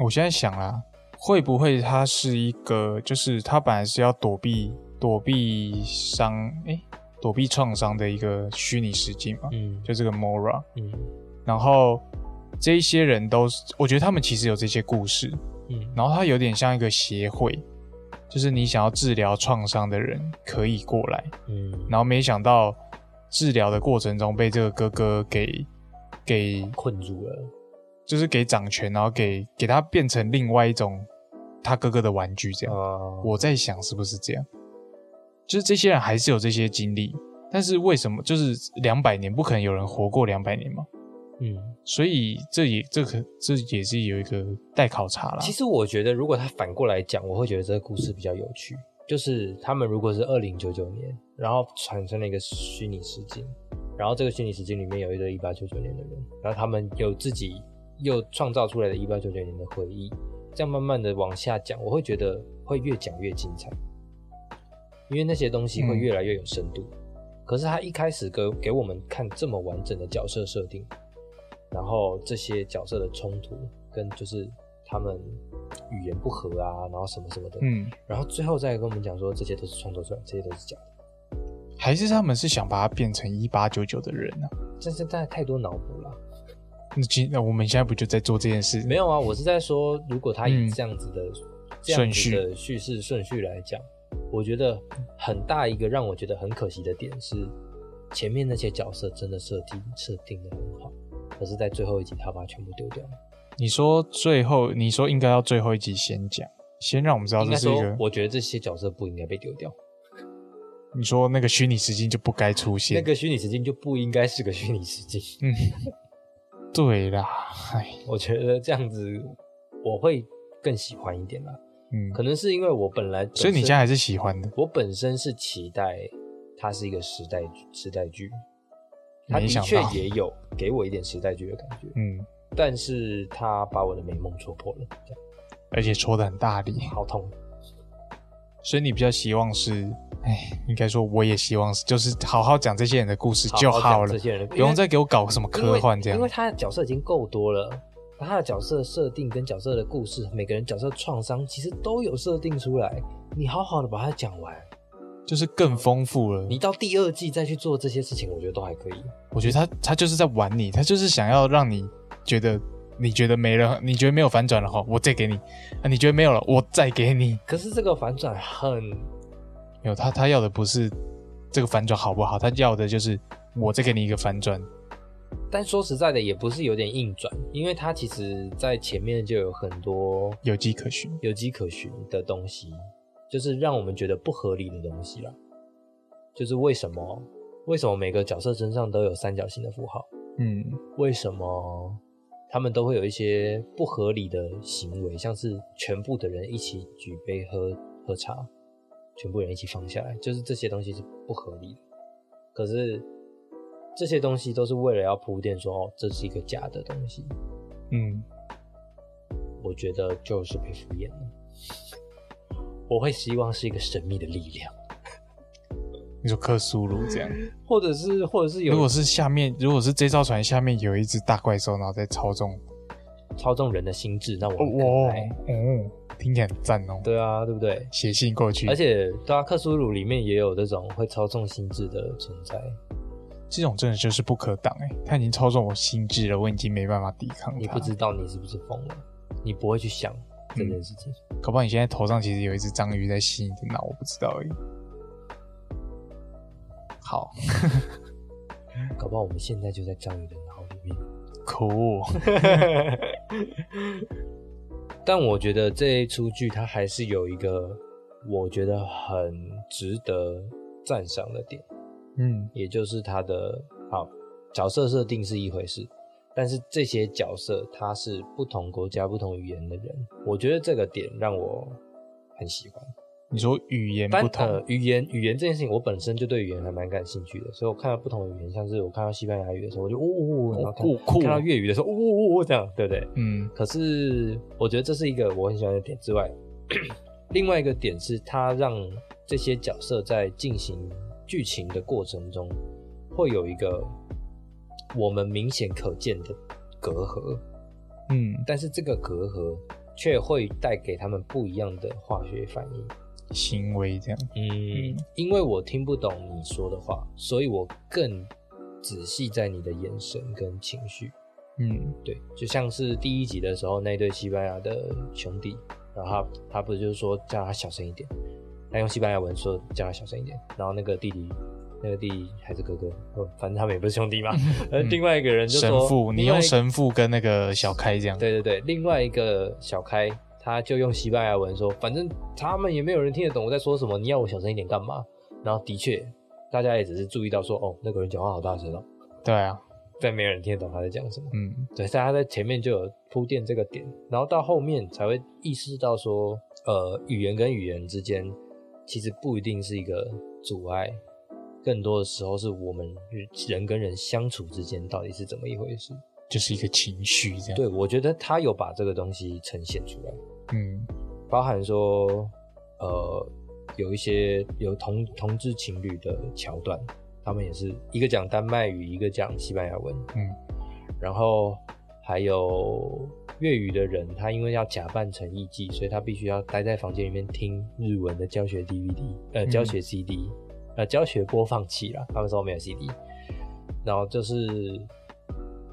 Speaker 1: 我现在想啦，会不会他是一个，就是他本来是要躲避躲避伤，诶、躲避创伤的一个虚拟实境嘛，
Speaker 2: 嗯
Speaker 1: 就这个 Mora，
Speaker 2: 嗯
Speaker 1: 然后这一些人都是，我觉得他们其实有这些故事，
Speaker 2: 嗯
Speaker 1: 然后它有点像一个协会，就是你想要治疗创伤的人可以过来，
Speaker 2: 嗯，
Speaker 1: 然后没想到治疗的过程中被这个哥哥给给
Speaker 2: 困住了。
Speaker 1: 就是给掌权，然后给给他变成另外一种他哥哥的玩具这样。
Speaker 2: 啊，
Speaker 1: 我在想是不是这样？就是这些人还是有这些经历，但是为什么就是两百年不可能有人活过两百年嘛？
Speaker 2: 嗯，
Speaker 1: 所以这也这可这也是有一个待考察啦。
Speaker 2: 其实我觉得如果他反过来讲，我会觉得这个故事比较有趣。就是他们如果是二零九九年，然后产生了一个虚拟实境，然后这个虚拟实境里面有一个一八九九年的人，然后他们有自己又创造出来的一八九九年的回忆，这样慢慢的往下讲，我会觉得会越讲越精彩，因为那些东西会越来越有深度。可是他一开始给给我们看这么完整的角色设定，然后这些角色的冲突跟就是他们语言不合啊，然后什么什么的，
Speaker 1: 嗯，
Speaker 2: 然后最后再跟我们讲说这些都是创作出来，这些都是假的，
Speaker 1: 还是他们是想把他变成一八九九的人呢、啊？
Speaker 2: 但是大家太多脑补了。
Speaker 1: 那今那我们现在不就在做这件事？
Speaker 2: 没有啊，我是在说，如果他
Speaker 1: 嗯
Speaker 2: 以这样子的、这样子的叙事顺序来讲，我觉得很大一个让我觉得很可惜的点是，前面那些角色真的设定设定的很好，可是，在最后一集他把它全部丢掉了。
Speaker 1: 你说最后，你说应该要最后一集先讲，先让我们知道
Speaker 2: 应
Speaker 1: 这
Speaker 2: 该
Speaker 1: 是一
Speaker 2: 说
Speaker 1: 个，。
Speaker 2: 我觉得这些角色不应该被丢掉，
Speaker 1: 你说那个虚拟实境就不该出现。
Speaker 2: 那个虚拟实境就不应该是个虚拟实境。
Speaker 1: 嗯，对啦，哎，
Speaker 2: 我觉得这样子我会更喜欢一点啦，
Speaker 1: 嗯，
Speaker 2: 可能是因为我本来本
Speaker 1: 所以你
Speaker 2: 身
Speaker 1: 现在还是喜欢的，
Speaker 2: 我本身是期待它是一个时代剧时代剧，它
Speaker 1: 没
Speaker 2: 的
Speaker 1: 想
Speaker 2: 确
Speaker 1: 到，
Speaker 2: 也有给我一点时代剧的感觉，
Speaker 1: 嗯，
Speaker 2: 但是它把我的美梦戳破了，这样
Speaker 1: 而且戳的很大力，
Speaker 2: 好痛。
Speaker 1: 所以你比较希望是，哎，应该说我也希望是，就是好好讲这些人的故事就
Speaker 2: 好
Speaker 1: 好
Speaker 2: 讲
Speaker 1: 了
Speaker 2: 这，些人
Speaker 1: 不用再给我搞什么
Speaker 2: 因为
Speaker 1: 科幻这样
Speaker 2: 因为。他的角色已经够多了，他的角色设定跟角色的故事，每个人角色创伤其实都有设定出来，你好好的把它讲完，
Speaker 1: 就是更丰富了。
Speaker 2: 你到第二季再去做这些事情，我觉得都还可以。
Speaker 1: 我觉得他他就是在玩你，他就是想要让你觉得你觉得没了，你觉得没有反转了哈，我再给你；啊，你觉得没有了，我再给你。
Speaker 2: 可是这个反转很
Speaker 1: 没有他他要的不是这个反转好不好，他要的就是我再给你一个反转。
Speaker 2: 但说实在的，也不是有点硬转，因为它其实在前面就有很多
Speaker 1: 有迹可循，
Speaker 2: 有迹可循的东西，就是让我们觉得不合理的东西啦。就是为什么为什么每个角色身上都有三角形的符号？
Speaker 1: 嗯，
Speaker 2: 为什么他们都会有一些不合理的行为，像是全部的人一起举杯喝喝茶，全部人一起放下来，就是这些东西是不合理的。可是这些东西都是为了要铺垫说，哦，这是一个假的东西，
Speaker 1: 嗯，
Speaker 2: 我觉得就是被敷衍了。我会希望是一个神秘的力量，
Speaker 1: 你说克苏鲁这样，
Speaker 2: 或者是或者是
Speaker 1: 如
Speaker 2: 有
Speaker 1: 果是下面，如果是这艘船下面有一只大怪兽，然后在操纵，
Speaker 2: 操纵人的心智，那我
Speaker 1: 哦
Speaker 2: 很
Speaker 1: 哦
Speaker 2: 可爱。
Speaker 1: 哦，听起来很赞哦。
Speaker 2: 对啊，对不对？
Speaker 1: 写信过去，
Speaker 2: 而且对啊，克苏鲁里面也有这种会操纵心智的存在，
Speaker 1: 这种真的就是不可挡哎、他已经操纵我心智了，我已经没办法抵抗他。
Speaker 2: 你不知道你是不是疯了，你不会去想这件事情。
Speaker 1: 搞不好你现在头上其实有一只章鱼在吸你的脑，我不知道而已。好嗯
Speaker 2: 搞不好我们现在就在章鱼的脑里面。
Speaker 1: ，cool，
Speaker 2: 但我觉得这一出剧它还是有一个我觉得很值得赞赏的点，
Speaker 1: 嗯，
Speaker 2: 也就是它的好角色设定是一回事，但是这些角色他是不同国家、不同语言的人，我觉得这个点让我很喜欢。
Speaker 1: 你说语言
Speaker 2: 但
Speaker 1: 不同
Speaker 2: 呃，语言语言这件事情，我本身就对语言还蛮感兴趣的，所以我看到不同语言，像是我看到西班牙语的时候，我就呜呜呜，然后看
Speaker 1: 哦酷酷
Speaker 2: 看到粤语的时候，呜呜呜这样，对不对？
Speaker 1: 嗯
Speaker 2: 可是我觉得这是一个我很喜欢的点之外， 另外一个点是它让这些角色在进行剧情的过程中，会有一个我们明显可见的隔阂，
Speaker 1: 嗯，
Speaker 2: 但是这个隔阂却会带给他们不一样的化学反应。
Speaker 1: 行为这样，
Speaker 2: 嗯，因为我听不懂你说的话，所以我更仔细在你的眼神跟情绪。
Speaker 1: 嗯
Speaker 2: 对，就像是第一集的时候，那对西班牙的兄弟，然后他他不是就是说叫他小声一点，他用西班牙文说叫他小声一点，然后那个弟弟，那个弟弟还是哥哥，哦反正他们也不是兄弟嘛。而另外一个人就
Speaker 1: 嗯神
Speaker 2: 说，
Speaker 1: 父，你
Speaker 2: 另
Speaker 1: 用
Speaker 2: 外一个
Speaker 1: 神父跟那个小开这样，
Speaker 2: 对对对，另外一个小开他就用西班牙文说，反正他们也没有人听得懂我在说什么，你要我小声一点干嘛？然后的确，大家也只是注意到说，哦，那个人讲话好大声哦，
Speaker 1: 对啊，
Speaker 2: 但没有人听得懂他在讲什么。
Speaker 1: 嗯
Speaker 2: 对，大家在前面就有铺垫这个点，然后到后面才会意识到说，呃，语言跟语言之间其实不一定是一个阻碍，更多的时候是我们人跟人相处之间到底是怎么一回事。
Speaker 1: 就是一个情绪这样，
Speaker 2: 对，我觉得他有把这个东西呈现出来。
Speaker 1: 嗯
Speaker 2: 包含说，呃，有一些有同同志情侣的桥段，他们也是一个讲丹麦语，一个讲西班牙文，
Speaker 1: 嗯，
Speaker 2: 然后还有粤语的人，他因为要假扮成艺妓，所以他必须要待在房间里面听日文的教学 DVD，呃，
Speaker 1: 嗯
Speaker 2: 教学 CD，、呃，教学播放器啦，他们说没有 CD，然后就是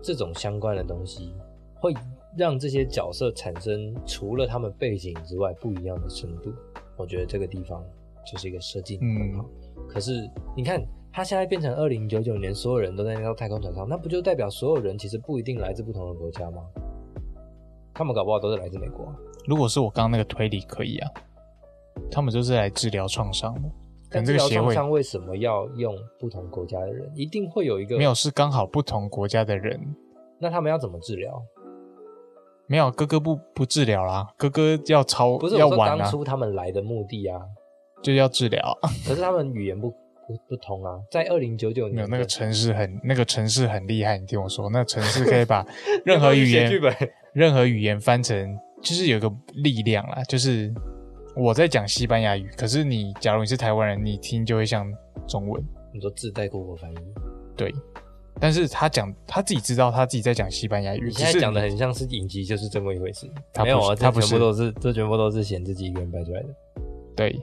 Speaker 2: 这种相关的东西，会让这些角色产生除了他们背景之外不一样的深度。我觉得这个地方就是一个设计很好。
Speaker 1: 嗯
Speaker 2: 可是你看，他现在变成二零九九年，所有人都在那艘太空船上，那不就代表所有人其实不一定来自不同的国家吗？他们搞不好都是来自美国啊、
Speaker 1: 如果是我刚刚那个推理可以啊，他们就是来治疗创伤的，可
Speaker 2: 但
Speaker 1: 能
Speaker 2: 治
Speaker 1: 这个
Speaker 2: 疗
Speaker 1: 协
Speaker 2: 创
Speaker 1: 会
Speaker 2: 伤为什么要用不同国家的人？一定会有一个
Speaker 1: 没有，是刚好不同国家的人，
Speaker 2: 那他们要怎么治疗？
Speaker 1: 没有哥哥不不治疗啦，哥哥要超
Speaker 2: 不是
Speaker 1: 要
Speaker 2: 我说
Speaker 1: 玩
Speaker 2: 当
Speaker 1: 啊，
Speaker 2: 初他们来的目的啊，
Speaker 1: 就要治疗，
Speaker 2: 可是他们语言不不不通啊，在二零九九
Speaker 1: 没有
Speaker 2: 年
Speaker 1: 那个
Speaker 2: 的
Speaker 1: 城市很那个城市很厉害，你听我说，那个城市可以 把任何语
Speaker 2: 要不要去写剧
Speaker 1: 言
Speaker 2: 本
Speaker 1: 任何语言翻成，就是有一个力量啦，就是我在讲西班牙语，可是你假如你是台湾人，你听就会像中文，
Speaker 2: 你说自带 Google 翻译，
Speaker 1: 对。但是他讲他自己知道他自己在讲西班牙语，
Speaker 2: 你
Speaker 1: 只
Speaker 2: 现在
Speaker 1: 是
Speaker 2: 讲的
Speaker 1: 你
Speaker 2: 很像是影集，就是这么一回事。
Speaker 1: 哎他不
Speaker 2: 没有啊，
Speaker 1: 是他
Speaker 2: 这
Speaker 1: 不
Speaker 2: 全部
Speaker 1: 是
Speaker 2: 都是这全部都是嫌自己一个人掰出来的。
Speaker 1: 对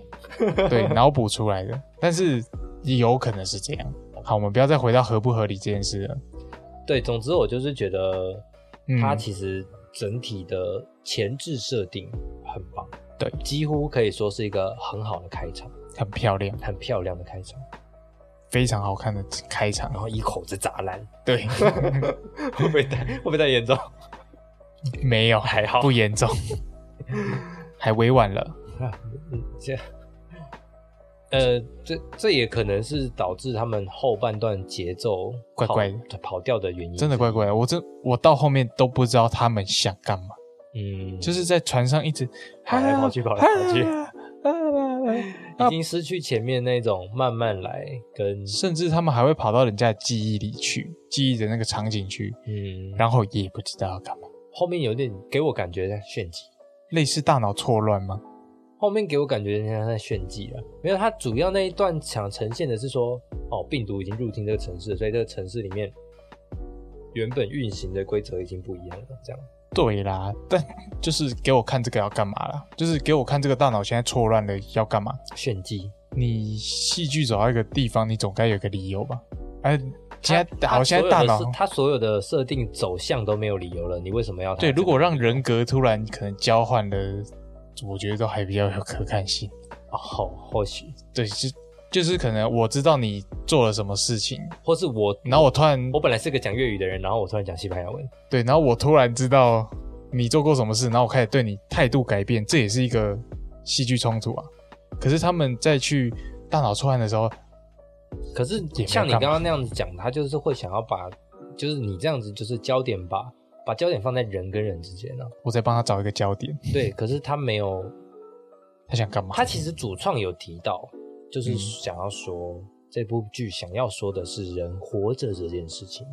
Speaker 1: 对脑补出来的，但是有可能是这样。好，我们不要再回到合不合理这件事了。
Speaker 2: 对，总之我就是觉得
Speaker 1: 嗯
Speaker 2: 它其实整体的前置设定很棒，
Speaker 1: 对
Speaker 2: 几乎可以说是一个很好的开场，
Speaker 1: 很漂亮，
Speaker 2: 很漂亮的开场，
Speaker 1: 非常好看的开场
Speaker 2: 然。后一口子砸烂，
Speaker 1: 对，
Speaker 2: 会不会太会不会太严重？
Speaker 1: 没有，
Speaker 2: 还好
Speaker 1: 不严 重，还委婉了。
Speaker 2: 嗯，这样， 呃，这这也可能是导致他们后半段节奏
Speaker 1: 怪
Speaker 2: 跑
Speaker 1: 怪的
Speaker 2: 跑掉的原因。
Speaker 1: 真的，怪怪的，我真我到后面都不知道他们想干嘛，
Speaker 2: 嗯，
Speaker 1: 就是在船上一直
Speaker 2: 跑来跑去跑来跑去
Speaker 1: 啊啊
Speaker 2: 已经失去前面那种慢慢来跟
Speaker 1: 甚至他们还会跑到人家的记忆里去，记忆的那个场景去，
Speaker 2: 嗯，
Speaker 1: 然后也不知道要干嘛，
Speaker 2: 后面有点给我感觉在炫技，
Speaker 1: 类似大脑错乱吗？
Speaker 2: 后面给我感觉人家在炫技了。没有，他主要那一段想呈现的是说，哦，病毒已经入侵这个城市，所以这个城市里面原本运行的规则已经不一样了，这样。
Speaker 1: 对啦，但 就是给我看这个要干嘛啦，就是给我看这个大脑现在错乱了要干嘛？
Speaker 2: 炫技，
Speaker 1: 你戏剧走到一个地方，你总该有个理由吧？哎、现在
Speaker 2: 他
Speaker 1: 好，现在大脑
Speaker 2: 他所有的设定走向都没有理由了，你为什么要他
Speaker 1: 对，
Speaker 2: 这个
Speaker 1: 如果让人格突然可能交换了，我觉得都还比较有可看性。
Speaker 2: 哦，或许
Speaker 1: 对，就就是可能我知道你做了什么事情，
Speaker 2: 或是我
Speaker 1: 然后我突然
Speaker 2: 我本来是个讲粤语的人，然后我突然讲西班牙文，
Speaker 1: 对，然后我突然知道你做过什么事，然后我开始对你态度改变，这也是一个戏剧冲突啊。可是他们在去大脑错乱的时候，
Speaker 2: 可是
Speaker 1: 没有
Speaker 2: 像你
Speaker 1: 干嘛
Speaker 2: 刚刚那样子讲，他就是会想要把，就是你这样子就是焦点把把焦点放在人跟人之间呢、啊，
Speaker 1: 我再帮他找一个焦点。
Speaker 2: 对，可是他没有。
Speaker 1: 他想干嘛？
Speaker 2: 他其实主创有提到，
Speaker 1: 嗯
Speaker 2: 就是想要说、这部剧想要说的是人活着这件事情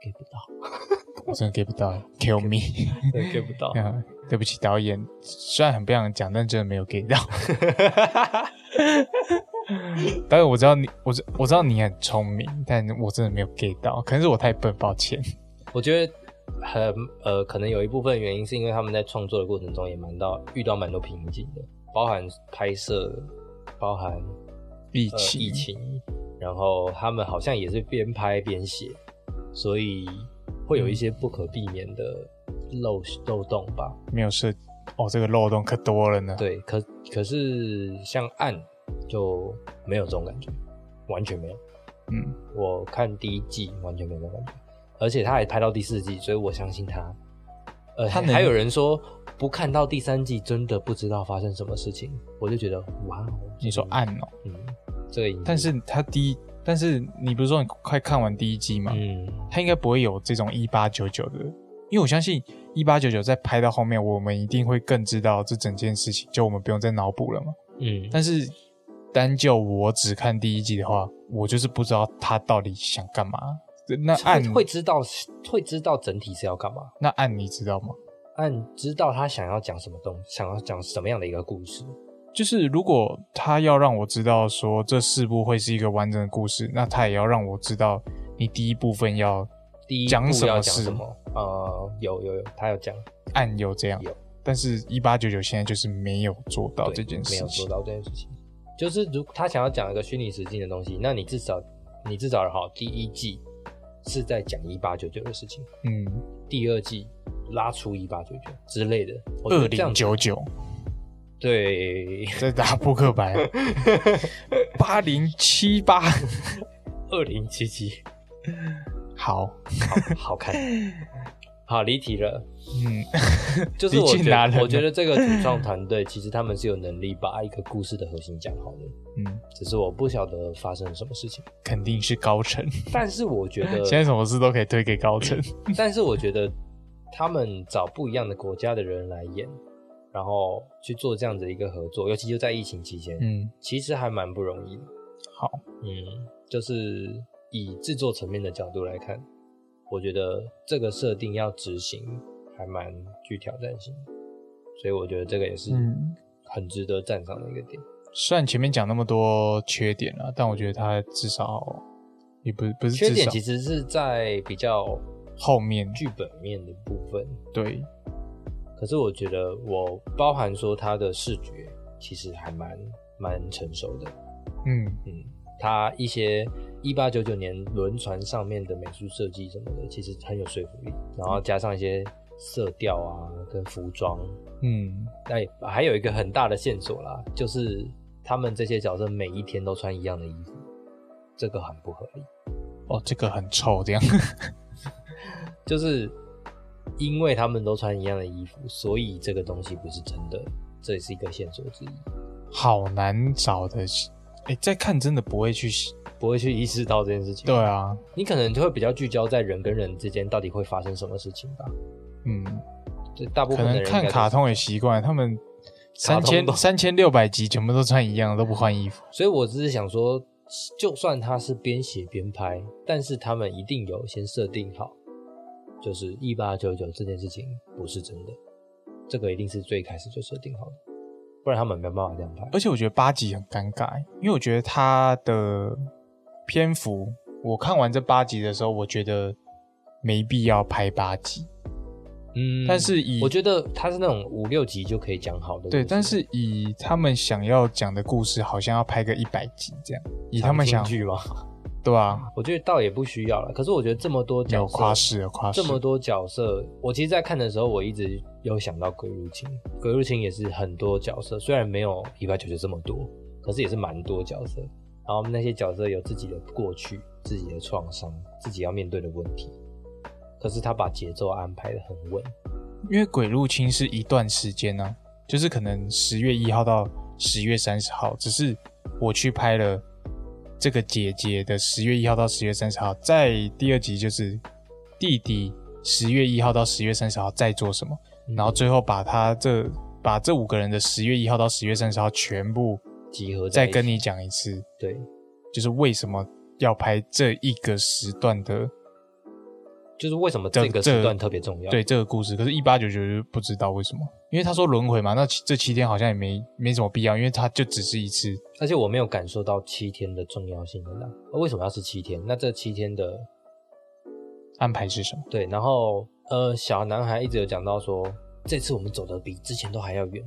Speaker 2: ，get 不到
Speaker 1: 我真的 get 不到，kill me！
Speaker 2: 对，get 不到
Speaker 1: 嗯对不起，导演，虽然很不想讲，但真的没有 get 到。导演，我知道你，我知我知道你很聪明，但我真的没有 get 到，可能是我太笨，抱歉。
Speaker 2: 我觉得很呃，可能有一部分原因是因为他们在创作的过程中也蛮到遇到蛮多瓶颈的，包含拍摄，包含、
Speaker 1: 疫
Speaker 2: 呃、
Speaker 1: 情，
Speaker 2: 疫，情，然后他们好像也是边拍边写，所以会有一些不可避免的漏漏洞吧。
Speaker 1: 没有设计哦，这个漏洞可多了呢。，
Speaker 2: 对，可可是像暗就没有这种感觉，完全没有。
Speaker 1: 嗯，
Speaker 2: 我看第一季完全没有那种感觉，而且他还拍到第四季，所以我相信他。呃，
Speaker 1: 他
Speaker 2: 还
Speaker 1: 能
Speaker 2: 还有人说不看到第三季真的不知道发生什么事情，我就觉得哇哦，
Speaker 1: 你说暗哦，
Speaker 2: 嗯，这个影
Speaker 1: 但是他第一，但是你不是说你快看完第一季吗？
Speaker 2: 嗯
Speaker 1: 他应该不会有这种一八九九的，因为我相信一八九九在拍到后面，我们一定会更知道这整件事情，就我们不用再脑补了嘛。
Speaker 2: 嗯，
Speaker 1: 但是单就我只看第一季的话，我就是不知道他到底想干嘛。那暗
Speaker 2: 会会知道会知道整体是要干嘛，
Speaker 1: 那暗你知道吗？
Speaker 2: 按知道他想要讲什么东，想要讲什么样的一个故事，
Speaker 1: 就是如果他要让我知道说这四部会是一个完整的故事，那他也要让我知道你第一部分要
Speaker 2: 第一步
Speaker 1: 讲什
Speaker 2: 要
Speaker 1: 么
Speaker 2: 讲
Speaker 1: 事
Speaker 2: 什么，呃，有有有，他有讲，
Speaker 1: 暗有这样
Speaker 2: 有。
Speaker 1: 但是，一八九九现在就是没有做到
Speaker 2: 对
Speaker 1: 这件事
Speaker 2: 没有
Speaker 1: 情
Speaker 2: 做。到这件事情。就是如他想要讲一个虚拟实境的东西，那你至少你至少好第一季是在讲一八九九的事情，
Speaker 1: 嗯，
Speaker 2: 第二季拉出一八九九之类的。我觉
Speaker 1: 二
Speaker 2: 得这样
Speaker 1: 零
Speaker 2: 子
Speaker 1: 九九
Speaker 2: 对，
Speaker 1: 在打扑克 牌，八零七八，
Speaker 2: 二零七七，
Speaker 1: 好，
Speaker 2: 好 好看。好离题了，
Speaker 1: 嗯，
Speaker 2: 就是我觉
Speaker 1: 离题哪了
Speaker 2: 得
Speaker 1: 呢
Speaker 2: 我觉得这个主 创团队其实他们是有能力把一个故事的核心讲好的，
Speaker 1: 嗯，
Speaker 2: 只是我不晓得发生了什么事情。
Speaker 1: 肯定是高层。
Speaker 2: 但是我觉得
Speaker 1: 现在什么事都可以推给高层。
Speaker 2: 但呃是我觉得他们找不一样的国家的人来演，然后去做这样子一个合作，尤其就在疫情期间，
Speaker 1: 嗯，
Speaker 2: 其实还蛮不容易的。
Speaker 1: 好，
Speaker 2: 嗯，就是以制作层面的角度来看，我觉得这个设定要执行还蛮具挑战性的，所以我觉得这个也是
Speaker 1: 嗯
Speaker 2: 很值得赞赏的一个点。
Speaker 1: 虽然前面讲那么多缺点啊，但我觉得他至少也不不是
Speaker 2: 缺
Speaker 1: 至
Speaker 2: 点
Speaker 1: 少
Speaker 2: 其实是在比较
Speaker 1: 后面
Speaker 2: 剧本面的部分，
Speaker 1: 对，
Speaker 2: 可是我觉得我包含说他的视觉其实还蛮蛮成熟的，
Speaker 1: 嗯
Speaker 2: 嗯，他一些一八九九年轮船上面的美术设计什么的，其实很有说服力，然后加上一些色调啊跟服装，
Speaker 1: 嗯
Speaker 2: 哎，还有一个很大的线索啦，就是他们这些角色每一天都穿一样的衣服，这个很不合理，
Speaker 1: 哦，这个很臭，这样
Speaker 2: 就是因为他们都穿一样的衣服，所以这个东西不是真的，这也是一个线索之一。
Speaker 1: 好难找的。哎、再看真的不会去
Speaker 2: 不会去意识到这件事情。
Speaker 1: 对，啊，
Speaker 2: 你可能就会比较聚焦在人跟人之间到底会发生什么事情吧。
Speaker 1: 嗯，
Speaker 2: 对，大部
Speaker 1: 可
Speaker 2: 分的
Speaker 1: 能
Speaker 2: 人应该
Speaker 1: 看
Speaker 2: 都是
Speaker 1: 卡，通也习惯，他们
Speaker 2: 卡
Speaker 1: 三
Speaker 2: 通
Speaker 1: 千
Speaker 2: 都
Speaker 1: 三千六百集全部都穿一样，都不换衣服。
Speaker 2: 所以我只是想说，就算他是边写边拍，但是他们一定有先设定好，就是一八九九这件事情不是真的，这个一定是最开始就设定好的，不然他们没有办法这样拍。
Speaker 1: 而且我觉得八集很尴尬，因为我觉得它的篇幅，我看完这八集的时候，我觉得没必要拍八集。
Speaker 2: 嗯
Speaker 1: 但是以
Speaker 2: 我觉得他是那种五六集就可以讲好的故事，
Speaker 1: 对，但是以他们想要讲的故事，好像要拍个一百集这样。以他们想
Speaker 2: 长篇剧吗？
Speaker 1: 对啊，
Speaker 2: 我觉得倒也不需要了。可是我觉得这么多角
Speaker 1: 有
Speaker 2: 色
Speaker 1: 夸饰有夸饰
Speaker 2: 这，么多角色，我其实，在看的时候，我一直有想到《鬼入侵》，《鬼入侵》也是很多角色，虽然没有《一百九十》这么多，可是也是蛮多角色。然后那些角色有自己的过去、自己的创伤、自己要面对的问题，可是他把节奏安排的很稳。
Speaker 1: 因为鬼入侵是一段时间呢、就是可能十月一号到十月三十号，只是我去拍了这个姐姐的十月一号到十月三十号，在第二集就是
Speaker 2: 嗯
Speaker 1: 弟弟十月一号到十月三十号在做什么，然后最后把他这把这五个人的十月一号到十月三十号全部
Speaker 2: 集合在
Speaker 1: 再
Speaker 2: 一起
Speaker 1: 跟你讲一次，
Speaker 2: 对，
Speaker 1: 就是为什么要拍这一个时段的
Speaker 2: 就是为什么
Speaker 1: 这
Speaker 2: 这个
Speaker 1: 这
Speaker 2: 时段特别重要？
Speaker 1: 对这个故事。可是，一八九九就不知道为什么，因为他说轮回嘛，那其这七天好像也没没什么必要，因为它就只是一次。
Speaker 2: 而且我没有感受到七天的重要性在哪。呃为什么要是七天？那这七天的
Speaker 1: 安排是什么？
Speaker 2: 对，然后呃，小男孩一直有讲到说，这次我们走的比之前都还要远，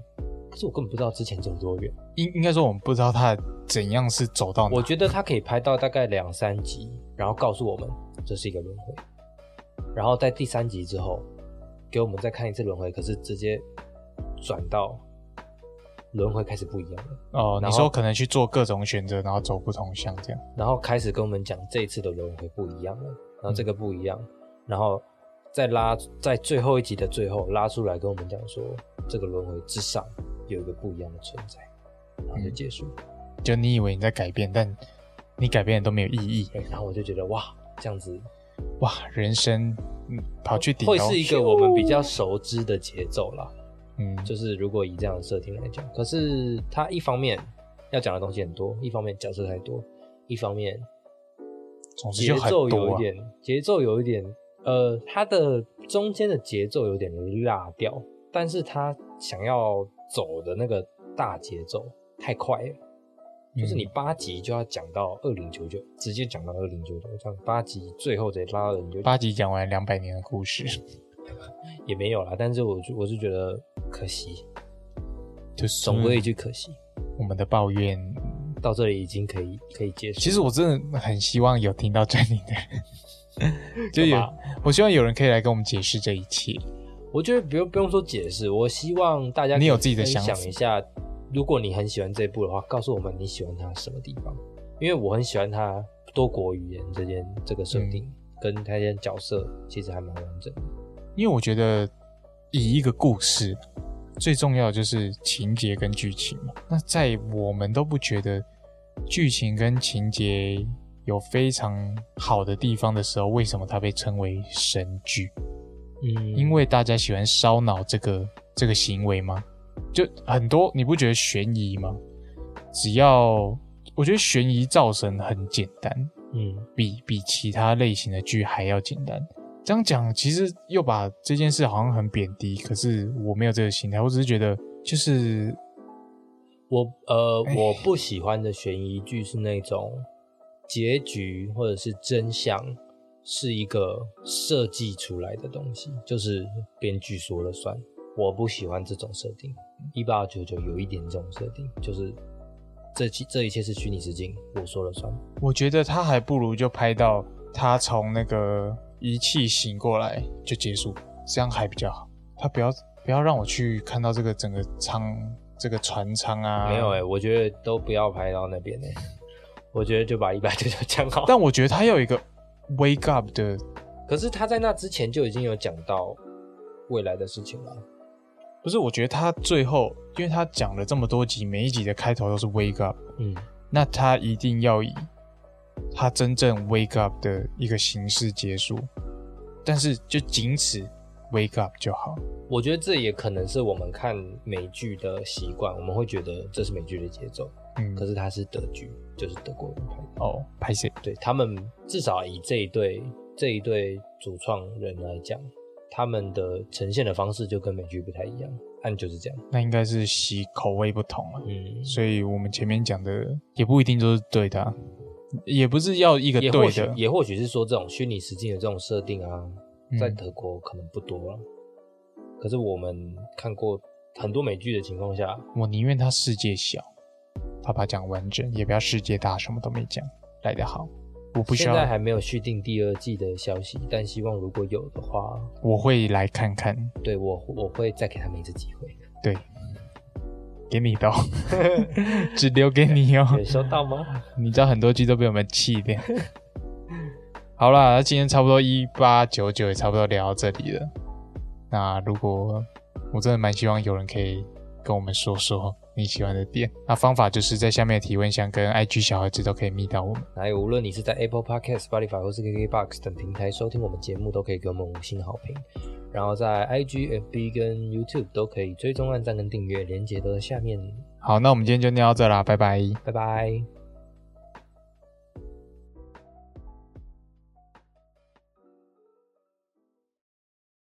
Speaker 2: 可是我根本不知道之前走多远。
Speaker 1: 应应该说我们不知道他怎样是走到哪。
Speaker 2: 我觉得他可以拍到大概两三集，然后告诉我们这是一个轮回，然后在第三集之后给我们再看一次轮回，可是直接转到轮回开始不一样了，
Speaker 1: 哦，
Speaker 2: 然
Speaker 1: 你
Speaker 2: 后
Speaker 1: 说可能去做各种选择，然后走不同向这样。
Speaker 2: 然后开始跟我们讲这一次的轮回不一样了，然后这个不一样，然后再拉在最后一集的最后拉出来跟我们讲说，这个轮回之上有一个不一样的存在，然后就结束。
Speaker 1: 就你以为你在改变，但你改变的都没有意义。
Speaker 2: 对，哎然后我就觉得哇，这样子
Speaker 1: 哇，人生嗯跑去顶
Speaker 2: 会
Speaker 1: 楼
Speaker 2: 是，一个我们比较熟知的节奏啦。
Speaker 1: 嗯，
Speaker 2: 就是如果以这样的设定来讲，可是它一方面要讲的东西很多，一方面角色太多，一方面
Speaker 1: 总之
Speaker 2: 节
Speaker 1: 就很
Speaker 2: 奏有
Speaker 1: 多、
Speaker 2: 一
Speaker 1: 啊。
Speaker 2: 点，节奏有一点，呃，它的中间的节奏有点落掉，但是它想要走的那个大节奏太快了，就是
Speaker 1: 嗯
Speaker 2: 你八集就要讲到二零九九，直接讲到二零九九，这样八集最后得拉到零九九
Speaker 1: 八集讲完两百年的故事
Speaker 2: 嗯也没有啦，但是我就我是觉得可惜，
Speaker 1: 就是
Speaker 2: 总归一句可惜，
Speaker 1: 我们的抱怨。
Speaker 2: 到这里已经可以可以结束。
Speaker 1: 其实我真的很希望有听到这里的人，就
Speaker 2: 干
Speaker 1: 有我希望有人可以来跟我们解释这一切。
Speaker 2: 我觉得不用不用说解释，我希望大家
Speaker 1: 你有
Speaker 2: 可以
Speaker 1: 自己的
Speaker 2: 分
Speaker 1: 想法
Speaker 2: 享一下，如果你很喜欢这部的话，告诉我们你喜欢它什么地方，因为我很喜欢它多国语言这件这个设定、
Speaker 1: 嗯
Speaker 2: 跟它这些角色其实还蛮完整的。
Speaker 1: 因为我觉得以一个故事最重要的就是情节跟剧情嘛。那在我们都不觉得剧情跟情节有非常好的地方的时候，为什么它被称为神剧？
Speaker 2: 嗯
Speaker 1: 因为大家喜欢烧脑这个这个行为吗？就很多你不觉得悬疑吗？只要我觉得悬疑造神很简单，
Speaker 2: 嗯
Speaker 1: 比比其他类型的剧还要简单。这样讲，其实又把这件事好像很贬低，可是我没有这个心态，我只是觉得就是
Speaker 2: 我呃
Speaker 1: 哎
Speaker 2: 我不喜欢的悬疑剧是那种结局或者是真相是一个设计出来的东西，就是编剧说了算。我不喜欢这种设定。一八九九有一点这种设定，就是这期这一切是虚拟实境，我说了算。
Speaker 1: 我觉得他还不如就拍到他从那个仪器醒过来就结束，这样还比较好。他不要不要让我去看到这个整个舱这个船舱啊，
Speaker 2: 没有哎、我觉得都不要拍到那边哎、我觉得就把一八九九讲好。
Speaker 1: 但我觉得他要有一个 wake up 的，
Speaker 2: 可是他在那之前就已经有讲到未来的事情了。
Speaker 1: 不是？我觉得他最后，因为他讲了这么多集，每一集的开头都是 wake up，
Speaker 2: 嗯，
Speaker 1: 那他一定要以他真正 wake up 的一个形式结束，但是就仅此 wake up 就好。
Speaker 2: 我觉得这也可能是我们看美剧的习惯，我们会觉得这是美剧的节奏，
Speaker 1: 嗯，
Speaker 2: 可是它是德剧，就是德国人拍的。
Speaker 1: 哦，拍谁？
Speaker 2: 对他们至少以这一对这一对主创人来讲，他们的呈现的方式就跟美剧不太一样，按就是这样。
Speaker 1: 那应该是洗口味不同了。
Speaker 2: 嗯，
Speaker 1: 所以我们前面讲的也不一定都是对的啊、也不是要一个
Speaker 2: 也或
Speaker 1: 对
Speaker 2: 许
Speaker 1: 的。
Speaker 2: 也或许是说这种虚拟实境的这种设定啊，
Speaker 1: 嗯
Speaker 2: 在德国可能不多了、啊可是我们看过很多美剧的情况下，
Speaker 1: 我宁愿他世界小，他把它讲完整，也不要世界大，什么都没讲来得好。我不需
Speaker 2: 现在
Speaker 1: 要，
Speaker 2: 还没有续订第二季的消息，但希望如果有的话，
Speaker 1: 我会来看看，
Speaker 2: 对我我会再给他们一次 机会。
Speaker 1: 给你 的哦，只留给你哦。
Speaker 2: 有收到吗？
Speaker 1: 你知道很多剧都被我们气掉。好啦，那今天差不多一八九九也差不多聊到这里了。那如果我真的蛮希望有人可以跟我们说说，你你喜欢的点。那方法就是在下面的提问箱跟 IG 小盒子都可以密到我们。
Speaker 2: 还有，无论你是在 Apple Podcast、Spotify 或是 KKBox 等平台收听我们节目，都可以给我们五星好评。然后在 IG、FB 跟 YouTube 都可以追踪、按赞跟订阅，连接都在下面。
Speaker 1: 好，那我们今天就聊到这啦，拜拜。
Speaker 2: 拜拜。